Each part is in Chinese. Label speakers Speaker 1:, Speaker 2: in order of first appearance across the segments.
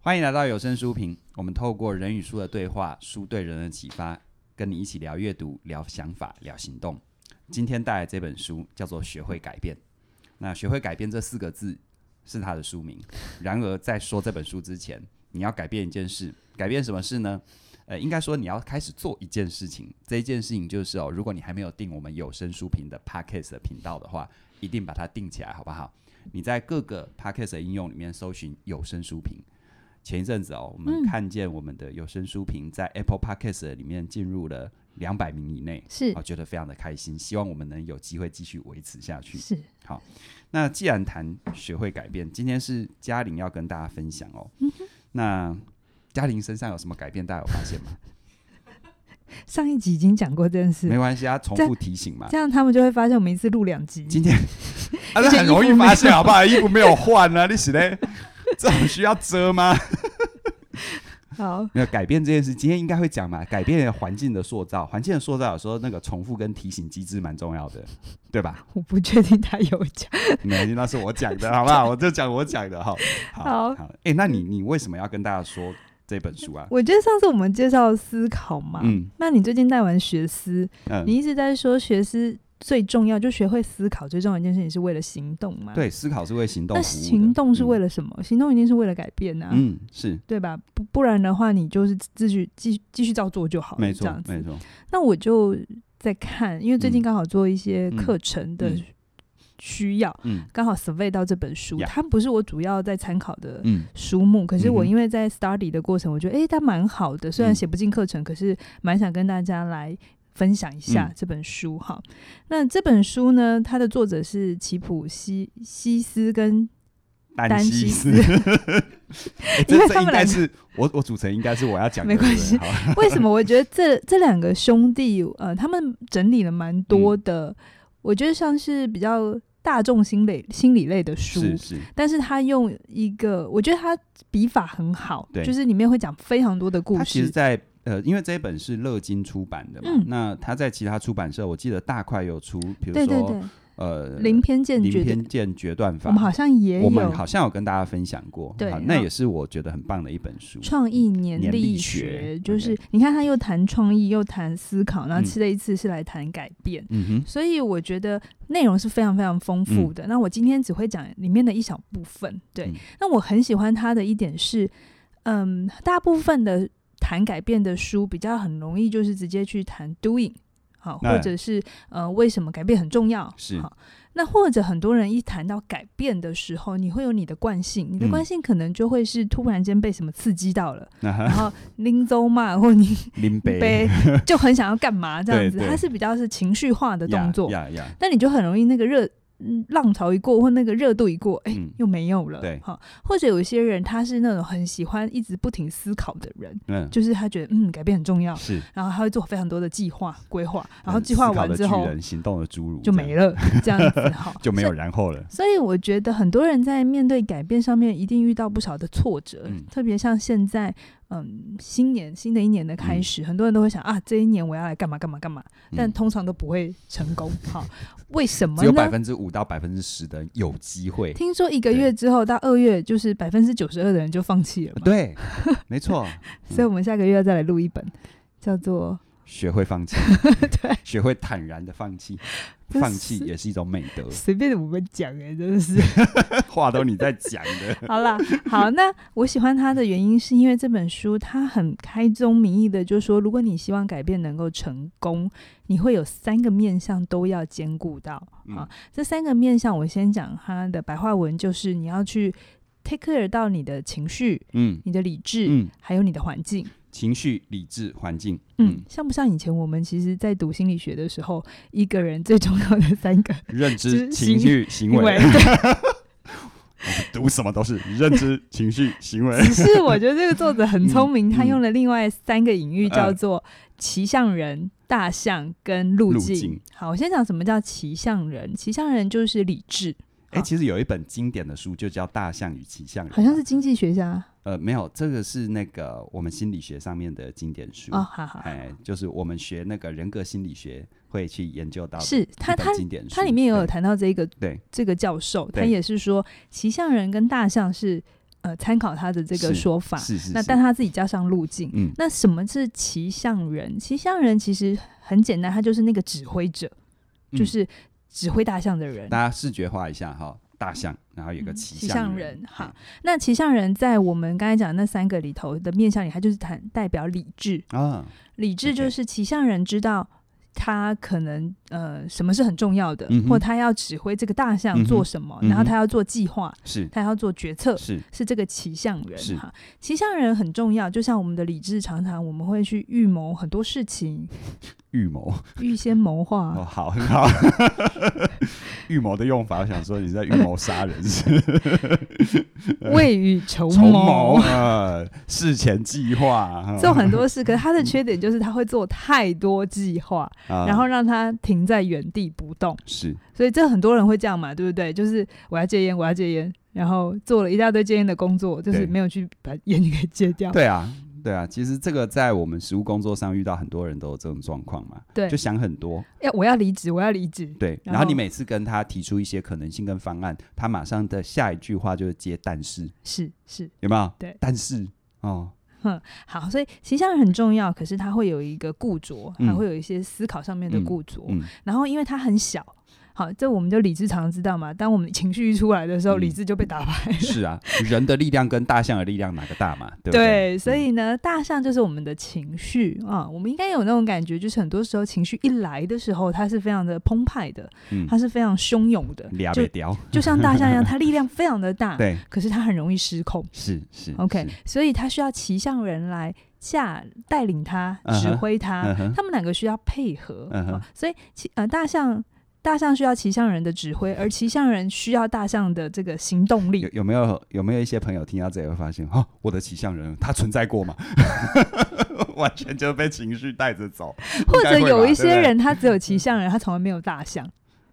Speaker 1: 欢迎来到有声书评，我们透过人与书的对话，书对人的启发，跟你一起聊阅读、聊想法、聊行动。今天带来这本书叫做《学会改变》，那“学会改变”这四个字是它的书名。然而，在说这本书之前，你要改变一件事，改变什么事呢？呃，应该说你要开始做一件事情，这一件事情就是哦，如果你还没有订我们有声书评的 Podcast 的频道的话，一定把它订起来，好不好？你在各个 Podcast 的应用里面搜寻有声书评。前一阵子哦，我们看见我们的有声书评在 Apple Podcast 里面进入了两百名以内，
Speaker 2: 是
Speaker 1: 我、哦觉得非常的开心，希望我们能有机会继续维持下去。
Speaker 2: 是，
Speaker 1: 那既然谈学会改变，今天是嘉玲要跟大家分享哦。那嘉玲身上有什么改变？大家有发现吗？
Speaker 2: 上一集已经讲过这件
Speaker 1: 没
Speaker 2: 事，
Speaker 1: 关系啊，重复提醒嘛
Speaker 2: 这。样他们就会发现我们一次录两集。
Speaker 1: 今天 啊，这很容易发现，好不好？衣服没有换啊，你洗嘞，这很需要遮吗？
Speaker 2: 好，
Speaker 1: 没有改变这件事，今天应该会讲嘛。改变环境的塑造，环境的塑造有时候那个重复跟提醒机制蛮重要的，对吧？
Speaker 2: 我不确定他有讲。
Speaker 1: 没关系，那是我讲的，好不 好？我就讲我讲的，好，好，
Speaker 2: 好
Speaker 1: 好。哎、那你你为什么要跟大家说这本书啊？
Speaker 2: 我觉得上次我们介绍思考嘛，
Speaker 1: 嗯
Speaker 2: 那你最近带完学思，
Speaker 1: 嗯，
Speaker 2: 你一直在说学思最重要，就学会思考最重要一件事情是为了行动嘛？。
Speaker 1: 对，思考是为行动
Speaker 2: 那
Speaker 1: 服务的
Speaker 2: 行动是为
Speaker 1: 嗯
Speaker 2: 了什么？行动一定是为了改变呐、
Speaker 1: 嗯是
Speaker 2: 对吧？不不然的话，你就是继续继继续照做就好了，
Speaker 1: 没
Speaker 2: 哦这
Speaker 1: 错
Speaker 2: 样子
Speaker 1: 没。错，
Speaker 2: 那我就在看，因为最
Speaker 1: 嗯
Speaker 2: 近刚好做一些
Speaker 1: 嗯
Speaker 2: 课程的
Speaker 1: 嗯
Speaker 2: 需要，
Speaker 1: 嗯
Speaker 2: 刚好 survey 到这本书
Speaker 1: Yeah
Speaker 2: 它不是我主要在参考的
Speaker 1: 嗯
Speaker 2: 书目，可是
Speaker 1: 嗯
Speaker 2: 我
Speaker 1: 哼
Speaker 2: 因为在 study 的过程，我觉得诶，它蛮好的，虽然
Speaker 1: 嗯
Speaker 2: 写不进课程，可是蛮想跟大家来。分享一下
Speaker 1: 嗯
Speaker 2: 这本书哈、那这本书呢，它的作者是齐普西西 斯跟
Speaker 1: 丹
Speaker 2: 丹
Speaker 1: 西
Speaker 2: 西
Speaker 1: 斯，
Speaker 2: 斯
Speaker 1: 欸
Speaker 2: 因
Speaker 1: 这
Speaker 2: 为
Speaker 1: 这
Speaker 2: 他
Speaker 1: 应
Speaker 2: 们
Speaker 1: 该
Speaker 2: 两个
Speaker 1: 是我我主持人应该是我要讲的，
Speaker 2: 没
Speaker 1: 对
Speaker 2: 关
Speaker 1: 不对
Speaker 2: 系
Speaker 1: 好
Speaker 2: 为什么我觉得这这两个兄弟，呃，他们整理了蛮多
Speaker 1: 嗯
Speaker 2: 的，我觉得像是比较大众心理心理类的书，
Speaker 1: 是是
Speaker 2: 但是他用一个，我觉得他笔法很好
Speaker 1: 对，
Speaker 2: 就是里面会讲非常多的故
Speaker 1: 他其实
Speaker 2: 事，
Speaker 1: 在，呃，因为这一本是乐金出版的嘛，
Speaker 2: 嗯
Speaker 1: 那他在其他出版社，我记得大块有出，比如说
Speaker 2: 对对对，
Speaker 1: 呃，
Speaker 2: 零偏见
Speaker 1: 零
Speaker 2: 觉得
Speaker 1: 偏见决断法，
Speaker 2: 我们好像也
Speaker 1: 我们
Speaker 2: 有
Speaker 1: 好像有跟大家分享过，
Speaker 2: 对
Speaker 1: 好
Speaker 2: 然
Speaker 1: 那
Speaker 2: 后
Speaker 1: 也是我觉得很棒的一本书，
Speaker 2: 创意年
Speaker 1: 年历
Speaker 2: 历
Speaker 1: 学
Speaker 2: 就是、
Speaker 1: OK
Speaker 2: 你看他又谈创意又谈思考，然后
Speaker 1: 嗯
Speaker 2: 这一次是来谈改变。
Speaker 1: 嗯哼，
Speaker 2: 所以我觉得内容是非常非常丰富的。那我今天只会讲里面的一小部分。对，
Speaker 1: 嗯
Speaker 2: 那我很喜欢它的一点是，嗯，大部分的谈改变的书比较很容易就是直接去谈 doing。好，
Speaker 1: 哎
Speaker 2: 或者是呃，为什么改变很重要？
Speaker 1: 是
Speaker 2: 好，那或者很多人一谈到改变的时候，你会有你的惯性，你的
Speaker 1: 嗯
Speaker 2: 惯性可能就会是突然间被什么刺激 到了，
Speaker 1: 那
Speaker 2: 然
Speaker 1: 哈
Speaker 2: 后拎走嘛，或你
Speaker 1: 林北
Speaker 2: 呗，就很想要干嘛这样子
Speaker 1: 对。对
Speaker 2: 它是比较是情绪化的动作，
Speaker 1: 呀呀，呀
Speaker 2: 但你就很容易那个热嗯浪潮一过或那个热度一过，哎、
Speaker 1: 嗯
Speaker 2: 又没有了。
Speaker 1: 对
Speaker 2: 哈，或者有一些人他是那种很喜欢一直不停思考的人，
Speaker 1: 嗯，
Speaker 2: 就是他觉得嗯改变很重要，
Speaker 1: 是，
Speaker 2: 然后他会做非常多的计划规划，然后
Speaker 1: 嗯
Speaker 2: 计划
Speaker 1: 思考
Speaker 2: 完
Speaker 1: 的
Speaker 2: 之
Speaker 1: 巨
Speaker 2: 后
Speaker 1: 人行动的侏儒
Speaker 2: 就没
Speaker 1: 了，，
Speaker 2: 了，这样子哈
Speaker 1: 就没有
Speaker 2: 所以。
Speaker 1: 然后了，
Speaker 2: 所以我觉得很多人在面对改变上面一定遇到不少的挫折，
Speaker 1: 嗯
Speaker 2: 特别像现在，嗯，新年新的一年的开
Speaker 1: 嗯
Speaker 2: 始，很多人都会想啊，这一年我要来干嘛干嘛干嘛， 但
Speaker 1: 嗯
Speaker 2: 通常都不会成功。好，为什么
Speaker 1: 只有
Speaker 2: 呢？
Speaker 1: 百分之五到百分之十的有机会，
Speaker 2: 听说一个月之后到二月，就是百分之九十二的人就放弃了嘛。
Speaker 1: 对，嗯没 错，
Speaker 2: 所以我们下个月要再来录一本，叫做
Speaker 1: 学会放弃，
Speaker 2: 对，
Speaker 1: 学会坦然的放弃，
Speaker 2: 这
Speaker 1: 放弃
Speaker 2: 是，
Speaker 1: 也是一种美德
Speaker 2: 随便我们讲哎、真的是
Speaker 1: 话都你在讲 的，
Speaker 2: 好啦，好，那我喜欢它的原因是因为这本书它很开宗明义的，就是说，如果你希望改变能够成功，你会有三个面向都要兼顾到、
Speaker 1: 嗯
Speaker 2: 啊。这三个面向，我先讲它的白话文，就是你要去 take care 到你的情绪、
Speaker 1: 嗯
Speaker 2: 你的理智，
Speaker 1: 嗯，
Speaker 2: 还有你的环境。
Speaker 1: 情绪、理智、环境，
Speaker 2: 嗯，，像不像以前我们其实，在读心理学的时候，一个人最重要的三 个
Speaker 1: 认知、
Speaker 2: 知
Speaker 1: 情
Speaker 2: 行
Speaker 1: 绪、行为，
Speaker 2: 对
Speaker 1: 读什么都是认知、情绪、行为，
Speaker 2: 只是我觉得这个作者很聪
Speaker 1: 嗯
Speaker 2: 明，他
Speaker 1: 嗯
Speaker 2: 用了另外三个隐喻，
Speaker 1: 嗯
Speaker 2: 叫做骑象人、大象跟路
Speaker 1: 路
Speaker 2: 径。
Speaker 1: 径
Speaker 2: 好，我先讲什么叫骑象人。骑象人就是理智，
Speaker 1: 哎、其实有一本经典的书就叫《大象与骑象人》，啊
Speaker 2: 好像是经济学家啊
Speaker 1: 呃，没有，这个是那个我们心理学上面的经典书。，
Speaker 2: 哦好好，
Speaker 1: 哎，就是我们学那个人格心理学会去研究到的
Speaker 2: 是他
Speaker 1: 一本
Speaker 2: 他
Speaker 1: 经典书，
Speaker 2: 它里面也有
Speaker 1: 对
Speaker 2: 谈到这个
Speaker 1: 对
Speaker 2: 这个教授，他
Speaker 1: 对
Speaker 2: 也是说骑象人跟大象是呃参考他的这
Speaker 1: 是
Speaker 2: 个说法，
Speaker 1: 是是，
Speaker 2: 那
Speaker 1: 是
Speaker 2: 但他自己加上路径。
Speaker 1: 嗯
Speaker 2: 那什么是骑象人？骑象人其实很简单，他就是那个指挥者，
Speaker 1: 嗯
Speaker 2: 就是指挥大象的人。
Speaker 1: 大家视觉化一下哈，大象，然后有个
Speaker 2: 嗯
Speaker 1: 骑
Speaker 2: 骑
Speaker 1: 象
Speaker 2: 象
Speaker 1: 人
Speaker 2: 人，好那骑象人在我们刚才讲的那三个里头的面相里，他就是谈代表理智。
Speaker 1: 嗯啊，
Speaker 2: 理智
Speaker 1: OK
Speaker 2: 就是骑象人知道他可能呃什么是很重要的，
Speaker 1: 嗯哼
Speaker 2: 或他要指挥这个大
Speaker 1: 嗯
Speaker 2: 象
Speaker 1: 哼
Speaker 2: 做什么，
Speaker 1: 嗯哼
Speaker 2: 然后他要做计划，
Speaker 1: 是
Speaker 2: 他要做决策。
Speaker 1: 是，
Speaker 2: 是这个骑象
Speaker 1: 是
Speaker 2: 人哈，骑象人很重要，就像我们的理智，常常我们会去预谋很多事情，
Speaker 1: 预谋
Speaker 2: 预先谋
Speaker 1: 哦，
Speaker 2: 划，
Speaker 1: 好，很好。 预谋的用法，我想说你在预谋杀人是
Speaker 2: 未雨绸
Speaker 1: 筹谋， 呃，事前计划，哈
Speaker 2: 做很多事。可是他的缺点就是他会做太多计划，
Speaker 1: 啊
Speaker 2: 然后让他停在原地不动。
Speaker 1: 是
Speaker 2: 所以这很多人会这样嘛，对不对？就是我要戒烟，我要戒烟，然后做了一大堆戒烟的工作，就是
Speaker 1: 对
Speaker 2: 没有去把烟给戒掉。
Speaker 1: 对啊，对啊，其实这个在我们实务工作上遇到很多人都有这种状况嘛，
Speaker 2: 对
Speaker 1: 就想很多，
Speaker 2: 要我要离职，我要离职。
Speaker 1: 对，
Speaker 2: 然
Speaker 1: 然后你
Speaker 2: 后
Speaker 1: 每次跟他提出一些可能性跟方案，他马上的下一句话就是接但是，
Speaker 2: 是是，
Speaker 1: 有没有？
Speaker 2: 对
Speaker 1: 但是哦，
Speaker 2: 好，所以形象很重要，可是它会有一个固着，
Speaker 1: 嗯
Speaker 2: 还会有一些思考上面的固着。
Speaker 1: 嗯，
Speaker 2: 然后因为它很小，好，这我们就理智常知道嘛。当我们情绪一出来的时候，
Speaker 1: 嗯
Speaker 2: 理智就被打败了。
Speaker 1: 是啊，人的力量跟大象的力量哪个大嘛？对不
Speaker 2: 对，所
Speaker 1: 嗯
Speaker 2: 以呢，大象就是我们的情绪啊，我们应该有那种感觉，就是很多时候情绪一来的时候，它是非常的澎湃的，
Speaker 1: 嗯
Speaker 2: 它是非常汹涌的，
Speaker 1: 俩
Speaker 2: 就啊
Speaker 1: 被雕，
Speaker 2: 就像大象 一样，它力量非常的大，
Speaker 1: 对，
Speaker 2: 可是它很容易失控。
Speaker 1: 是是
Speaker 2: OK，
Speaker 1: 是
Speaker 2: 所以它需要骑象人来驾带领它、
Speaker 1: 嗯哼
Speaker 2: 指挥它
Speaker 1: 嗯哼
Speaker 2: 他们两个需要配合。
Speaker 1: 嗯哼
Speaker 2: 哦所以骑呃大象。大象需要骑象人的指挥，而骑象人需要大象的这个行动力
Speaker 1: 有。有没有有没有一些朋友听到这里会发现，哦，我的骑象人他存在过吗？ 完全就被情绪带着走，
Speaker 2: 或
Speaker 1: 应该
Speaker 2: 者
Speaker 1: 会
Speaker 2: 有
Speaker 1: 吧
Speaker 2: 一
Speaker 1: 对
Speaker 2: 些
Speaker 1: 不对
Speaker 2: 人他只有骑象人，他从来没有大象，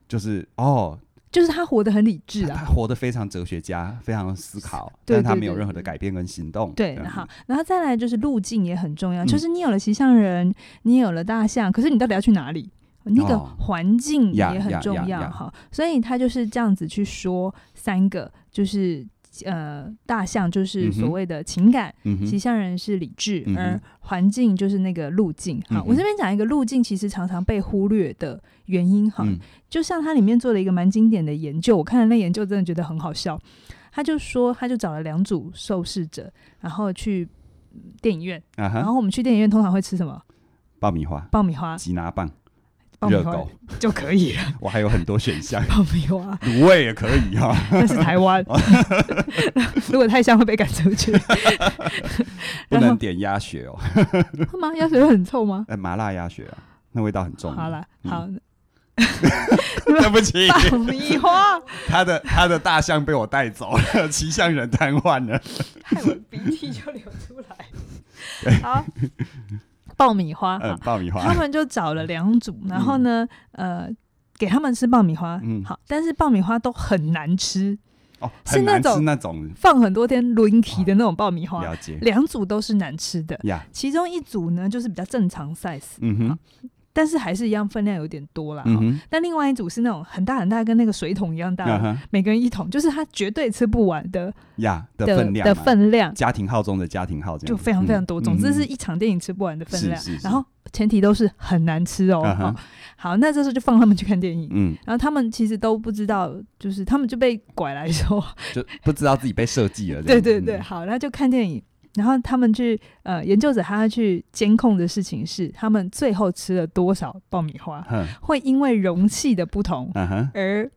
Speaker 1: 就是哦，
Speaker 2: 就是他活得很理智
Speaker 1: 他
Speaker 2: 啊。
Speaker 1: 活得非常哲学家，非常思考，
Speaker 2: 对
Speaker 1: 但他
Speaker 2: 对
Speaker 1: 没有
Speaker 2: 对
Speaker 1: 任何的改变跟行动。这
Speaker 2: 对，
Speaker 1: 样
Speaker 2: 然
Speaker 1: 子
Speaker 2: 后然后再来就是路径也很重要，
Speaker 1: 嗯
Speaker 2: 就是你有了骑象人，你有了大象，可是你到底要去哪里？那个
Speaker 1: 哦
Speaker 2: 环境也
Speaker 1: 呀
Speaker 2: 很
Speaker 1: 呀
Speaker 2: 重
Speaker 1: 呀
Speaker 2: 要
Speaker 1: 呀
Speaker 2: 哈，所以他就是这样子去说三个，就是呃，大象就是
Speaker 1: 嗯
Speaker 2: 所
Speaker 1: 哼
Speaker 2: 谓的情感，
Speaker 1: 嗯
Speaker 2: 骑
Speaker 1: 哼，
Speaker 2: 象人是理智，
Speaker 1: 嗯哼
Speaker 2: 而环境就是那个路径哈。
Speaker 1: 嗯哼
Speaker 2: 我这边讲一个路径，其实常常被忽略的原因哈，
Speaker 1: 嗯
Speaker 2: 就像它里面做了一个蛮经典的研究，我看了那研究真的觉得很好笑。他就说，他就找了两组受试者，然后去嗯电影院。
Speaker 1: 啊哈，
Speaker 2: 然后我们去电影院通常会吃什么？
Speaker 1: 爆米花、
Speaker 2: 爆米花，
Speaker 1: 吉拿棒、
Speaker 2: 爆米
Speaker 1: 热
Speaker 2: 花
Speaker 1: 狗，
Speaker 2: 就可以了。，
Speaker 1: 我还有很多选项
Speaker 2: 爆米花，
Speaker 1: 卤味也可以哈。
Speaker 2: 那是 台湾，如果太香会被赶出去。
Speaker 1: 不
Speaker 2: 然后
Speaker 1: 能点鸭血哦，
Speaker 2: 会吗？药水会很臭吗？
Speaker 1: 呃，麻辣鸭血啊，那味道很重。
Speaker 2: 好了，好，
Speaker 1: 对不起，
Speaker 2: 爆米花，
Speaker 1: 他的他的大象被我带走了，骑象人瘫痪 了。
Speaker 2: 害我鼻涕就流出来。 好，爆米花，
Speaker 1: 嗯，
Speaker 2: 好
Speaker 1: 爆米花，
Speaker 2: 他们就找了两组，然后呢，呃，给他们吃爆米花，
Speaker 1: 嗯
Speaker 2: 好，但是爆米花都很难吃，
Speaker 1: 哦，
Speaker 2: 是
Speaker 1: 很
Speaker 2: 那
Speaker 1: 难吃
Speaker 2: 种
Speaker 1: 那种，
Speaker 2: 放很多天轮皮的那种爆米花，
Speaker 1: 了解
Speaker 2: 两组都是难吃的。
Speaker 1: 呀，
Speaker 2: 其中一组呢，就是比较正常 size，
Speaker 1: 嗯哼，
Speaker 2: 但是还是一样分量有点多啦。
Speaker 1: 嗯
Speaker 2: 哈
Speaker 1: 哼，
Speaker 2: 但另外一组是那种很大很大，跟那个水桶一样大，
Speaker 1: 啊哈
Speaker 2: 每个人一桶，就是他绝对吃不完的
Speaker 1: 呀的
Speaker 2: 的
Speaker 1: 分量
Speaker 2: 的
Speaker 1: 嘛，
Speaker 2: 分量，
Speaker 1: 家庭号中的家庭号这样
Speaker 2: 就
Speaker 1: 子，
Speaker 2: 非常非常多。
Speaker 1: 嗯
Speaker 2: 总之是
Speaker 1: 嗯
Speaker 2: 一场电影吃不完的分
Speaker 1: 是
Speaker 2: 量
Speaker 1: 是，是
Speaker 2: 然后前提都是很难吃哦。
Speaker 1: 啊哈
Speaker 2: 哈好，那这时候就放他们去看电影。
Speaker 1: 嗯，
Speaker 2: 然后他们其实都不知道，就是他们就被拐 来说，
Speaker 1: 就不知道自己被设计了这
Speaker 2: 对
Speaker 1: 样子。
Speaker 2: 对
Speaker 1: 嗯
Speaker 2: 对，，好，那就看电影。然后他们去呃，研究者他要去监控的事情是，他们最后吃了多少爆米花，
Speaker 1: 嗯哼，
Speaker 2: 会因为容器的 不同
Speaker 1: 嗯哼，
Speaker 2: 而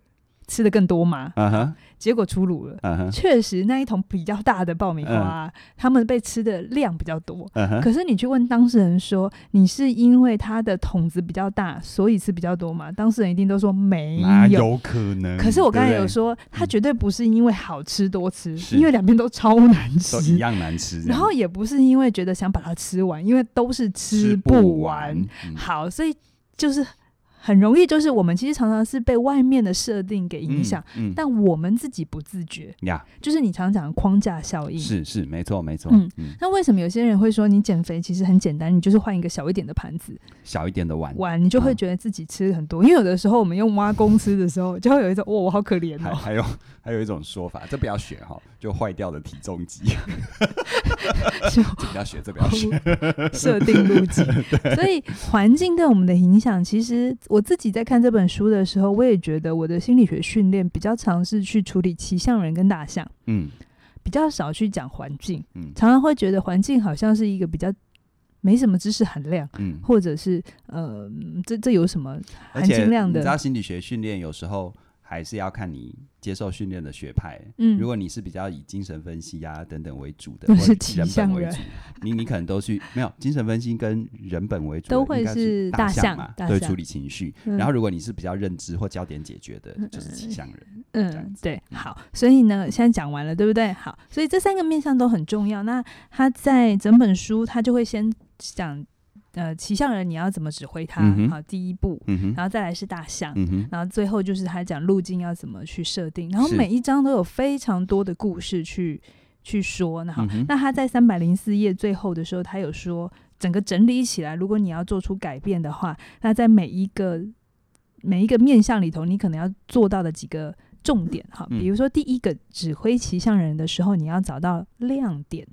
Speaker 2: 吃的更多吗？
Speaker 1: 嗯哼，
Speaker 2: 结果出炉了，
Speaker 1: 嗯哼，
Speaker 2: 确实那一桶比较大的爆米花啊，他们被吃的量比较多。
Speaker 1: 嗯哼，
Speaker 2: 可是你去问当事人说，你是因为它的桶子比较大，所以吃比较多吗？当事人一定都说没
Speaker 1: 哪啊有可能？
Speaker 2: 可是我刚才
Speaker 1: 嗯
Speaker 2: 有
Speaker 1: 对嗯
Speaker 2: 说，它绝对不是因为好吃多吃，
Speaker 1: 是
Speaker 2: 因为两边都超难
Speaker 1: 不对都一
Speaker 2: 吃。
Speaker 1: 样难吃这样，
Speaker 2: 然后也不是因为觉得想把它吃完，因为都是
Speaker 1: 吃
Speaker 2: 不
Speaker 1: 完，嗯
Speaker 2: 好，所以就是很容易就是我们其实常常是被外面的设定给影响，
Speaker 1: 嗯，嗯
Speaker 2: 但我们自己不自觉，
Speaker 1: 呀，
Speaker 2: 就是你常讲的框架效应。
Speaker 1: 是是，没错没错，
Speaker 2: 嗯
Speaker 1: 嗯，
Speaker 2: 那为什么有些人会说你减肥其实很简单，你就是换一个小一点的盘子
Speaker 1: 小一点的碗，
Speaker 2: 碗，你就会
Speaker 1: 嗯
Speaker 2: 觉得自己吃很多？因为有的时候我们用挖公吃的时候，就会有一种哦，我好可怜
Speaker 1: 还
Speaker 2: 哦，
Speaker 1: 还有还有一种说法，这不要学哈，就坏掉的体重机，
Speaker 2: 就
Speaker 1: 这不要学，这不要学，
Speaker 2: 哦设定路 径。所以环境对我们的影响，其实我自己在看这本书的时候，我也觉得我的心理学训练比较尝试去处理骑象人跟大象，
Speaker 1: 嗯
Speaker 2: 比较少去讲环境，
Speaker 1: 嗯
Speaker 2: 常常会觉得环境好像是一个比较没什么知识含量。
Speaker 1: 嗯，
Speaker 2: 或者是呃，嗯这这有什么
Speaker 1: 而
Speaker 2: 含
Speaker 1: 且
Speaker 2: 金量
Speaker 1: 你知道
Speaker 2: 的？
Speaker 1: 心理学训练有时候还是要看你接受训练的学派。
Speaker 2: 嗯
Speaker 1: 如果你是比较以精神分析呀、等等为主的，
Speaker 2: 都
Speaker 1: 或
Speaker 2: 是
Speaker 1: 者
Speaker 2: 骑
Speaker 1: 人
Speaker 2: 象
Speaker 1: 本为
Speaker 2: 人
Speaker 1: 主，你你可能都去没有精神分析跟人本为主的
Speaker 2: 都
Speaker 1: 应
Speaker 2: 会
Speaker 1: 该
Speaker 2: 是
Speaker 1: 是
Speaker 2: 大象
Speaker 1: 象嘛，
Speaker 2: 大
Speaker 1: 对
Speaker 2: 象
Speaker 1: 处理情绪。
Speaker 2: 嗯
Speaker 1: 然后如果你是比较认知或焦点解决的，就是骑象人。这样
Speaker 2: 嗯，
Speaker 1: 子
Speaker 2: 对，
Speaker 1: 嗯
Speaker 2: 好，所以呢，现在讲完了，对不对？好，所以这三个面向都很重要。那他在整本书，他就会先讲，呃，骑象人你要怎么指挥他？
Speaker 1: 嗯哼
Speaker 2: 好，第一步，
Speaker 1: 嗯哼，
Speaker 2: 然后再来是大象，
Speaker 1: 嗯哼，
Speaker 2: 然后最后就是他讲路径要怎么去设定，然后
Speaker 1: 是
Speaker 2: 每一章都有非常多的故事去去说。那好，
Speaker 1: 嗯哼
Speaker 2: 那他在三百零四页最后的时候，他有说，整个整理起来，如果你要做出改变的话，那在每一个每一个面向里头，你可能要做到的几个重点哈，
Speaker 1: 嗯
Speaker 2: 比如说第一个，指挥骑象人的时候，你要找到亮点。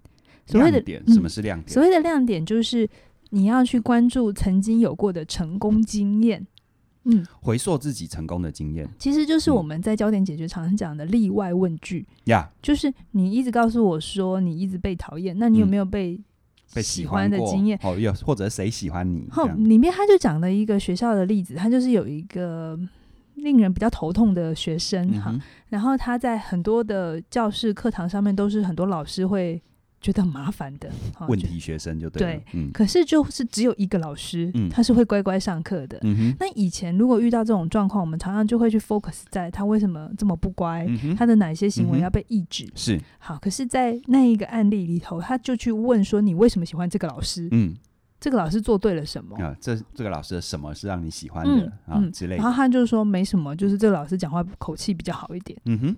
Speaker 2: 所谓的
Speaker 1: 亮点，
Speaker 2: 嗯
Speaker 1: 什么是亮点？
Speaker 2: 所谓的亮点就是你要去关注曾经有过的成功经验。嗯，
Speaker 1: 回溯自己成功的经验
Speaker 2: 其实就是
Speaker 1: 嗯
Speaker 2: 我们在焦点解决常常讲的例外问句，
Speaker 1: 呀，
Speaker 2: 就是你一直告诉我说你一直被讨厌，那你有
Speaker 1: 嗯
Speaker 2: 没有被
Speaker 1: 被
Speaker 2: 喜
Speaker 1: 欢
Speaker 2: 欢的
Speaker 1: 过
Speaker 2: 经验？
Speaker 1: 哦，又或者谁喜欢你？
Speaker 2: 后
Speaker 1: 这样
Speaker 2: 里面他就讲了一个学校的例子，他就是有一个令人比较头痛的学生
Speaker 1: 嗯
Speaker 2: 哈，
Speaker 1: 哼，
Speaker 2: 然后他在很多的教室课堂上面都是很多老师会觉得很麻烦的哈
Speaker 1: 问，
Speaker 2: 就
Speaker 1: 题学生就对了
Speaker 2: 对，
Speaker 1: 嗯
Speaker 2: 可是就是只有一个老师，
Speaker 1: 嗯
Speaker 2: 他是会乖乖上课的。
Speaker 1: 嗯哼，
Speaker 2: 那以前如果遇到这种状况，我们常常就会去 focus 在他为什么这么不乖，
Speaker 1: 嗯哼
Speaker 2: 他的哪些行
Speaker 1: 嗯
Speaker 2: 为
Speaker 1: 哼
Speaker 2: 要被抑制。
Speaker 1: 是
Speaker 2: 好，可是，在那一个案例里头，他就去问说：“你为什么喜欢这个老师？
Speaker 1: 嗯
Speaker 2: 这个老师做对了什么
Speaker 1: 啊，这这个老师的什么是让你喜欢的
Speaker 2: 嗯
Speaker 1: 啊
Speaker 2: 嗯
Speaker 1: 之？”类
Speaker 2: 然后
Speaker 1: 的？
Speaker 2: 他就说：“没什么，就是这个老师讲话口气比较好一点。
Speaker 1: 嗯哼，”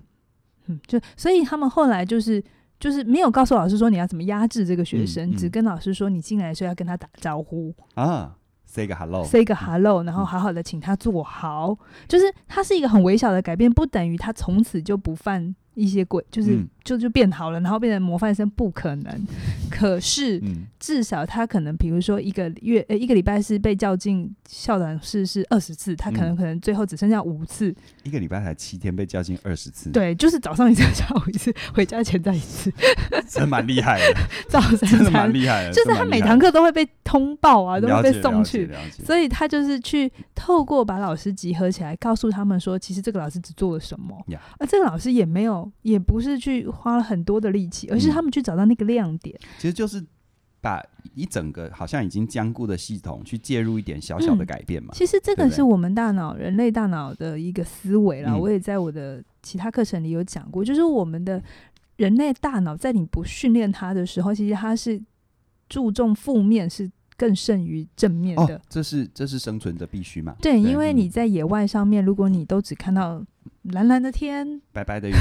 Speaker 2: 嗯，就所以他们后来就是就是没有告诉老师说你要怎么压制这个学生，
Speaker 1: 嗯嗯
Speaker 2: 只跟老师说你进来的时候要跟他打招呼、
Speaker 1: 啊，say 个 hello，
Speaker 2: s a y 个
Speaker 1: 嗯
Speaker 2: hello，然后好好的请他坐好。就是它是一个很微小的改变，不等于他从此就不犯。一些鬼就是、
Speaker 1: 嗯
Speaker 2: 就就变好了，然后变成模范生不可能。可是，
Speaker 1: 嗯
Speaker 2: 至少他可能，比如说一个月呃一个礼拜是被叫进校长室是二十次，他可能
Speaker 1: 嗯
Speaker 2: 可能最后只剩下五次，
Speaker 1: 一个礼拜才七天被叫进二十次，，
Speaker 2: 对，就是早上一次，下午一次，回家前再一 次，
Speaker 1: 真蛮厉害 的，
Speaker 2: 早三
Speaker 1: 真的蛮
Speaker 2: 餐，
Speaker 1: 厉害的，
Speaker 2: 就
Speaker 1: 真
Speaker 2: 是
Speaker 1: 蛮
Speaker 2: 他
Speaker 1: 厉
Speaker 2: 每
Speaker 1: 害
Speaker 2: 堂
Speaker 1: 的
Speaker 2: 课都会被通报啊，都会
Speaker 1: 了
Speaker 2: 被
Speaker 1: 解
Speaker 2: 送
Speaker 1: 了解
Speaker 2: 去，
Speaker 1: 了解
Speaker 2: 所以他就是去透过把老师集合起来，告诉他们说，其实这个老师只做了什么
Speaker 1: 呀
Speaker 2: 而这个老师也没有，也不是去花了很多的力气，而是
Speaker 1: 嗯
Speaker 2: 他们去找到那个亮点。
Speaker 1: 其实就是把一整个好像已经僵固的系统去介入一点小小的
Speaker 2: 嗯
Speaker 1: 改变嘛，
Speaker 2: 其实这
Speaker 1: 对
Speaker 2: 个
Speaker 1: 不对
Speaker 2: 是我们大脑、人类大脑的一个思维啦。
Speaker 1: 嗯
Speaker 2: 我也在我的其他课程里有讲过，就是我们的人类大脑在你不训练它的时候，其实它是注重负面是更胜于正面的。
Speaker 1: 哦，这是这是生存的必须嘛，
Speaker 2: 对，因为
Speaker 1: 嗯
Speaker 2: 你在野外上面，如果你都只看到蓝蓝的天，
Speaker 1: 白白的 云，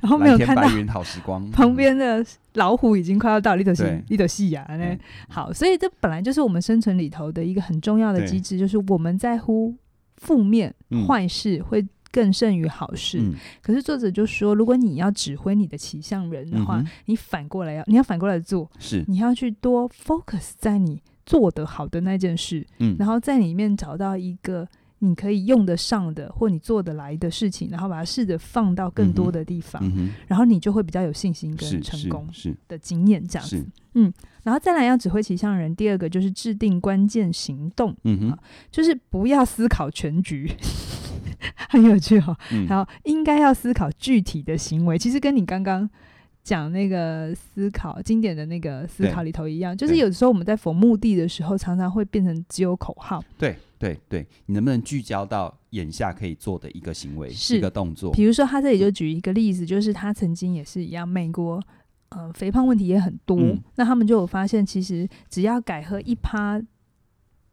Speaker 2: 然后没有
Speaker 1: 蓝天
Speaker 2: 看到
Speaker 1: 白 云好时光，
Speaker 2: 旁边的老虎已经快要到里头西
Speaker 1: 对
Speaker 2: 里头西牙呢
Speaker 1: 嗯。
Speaker 2: 好，所以这本来就是我们生存里头的一个很重要的
Speaker 1: 对
Speaker 2: 机制，就是我们在乎负面
Speaker 1: 嗯
Speaker 2: 坏事会更胜于好事。
Speaker 1: 嗯
Speaker 2: 可是作者就说，如果你要指挥你的骑象人的
Speaker 1: 嗯
Speaker 2: 话，
Speaker 1: 哼
Speaker 2: 嗯
Speaker 1: 嗯
Speaker 2: 你反过来要你要反过来做，
Speaker 1: 是
Speaker 2: 你要去多 focus 在你做得好的那件事，
Speaker 1: 嗯
Speaker 2: 然后在里面找到一个。你可以用得上的或你做得来的事情，然后把它试着放到更多的地方，
Speaker 1: 嗯哼
Speaker 2: 然后你就会比较有信心跟
Speaker 1: 是
Speaker 2: 成功
Speaker 1: 是
Speaker 2: 的经验这样
Speaker 1: 是
Speaker 2: 子。嗯
Speaker 1: 是
Speaker 2: 然后再来要指挥骑象人，第二个就是制定关键行动，
Speaker 1: 嗯哼
Speaker 2: 就是不要思考全局， 很有趣哦。
Speaker 1: 嗯
Speaker 2: 然后应该要思考具体的行为，其实跟你刚刚讲那个思考经典的那个思考里头一样，就是
Speaker 1: 对
Speaker 2: 有时候我们在否目的的时候，常常会变成只有口号。
Speaker 1: 对对对，你能不能聚焦到眼下可以做的一个行为、
Speaker 2: 是
Speaker 1: 一个动作？
Speaker 2: 比如说，他这里
Speaker 1: 嗯
Speaker 2: 就举一个例子，就是他曾经也是一样，美国。呃，肥胖问题也很多，
Speaker 1: 嗯
Speaker 2: 那他们就有发现，其实只要改喝一趴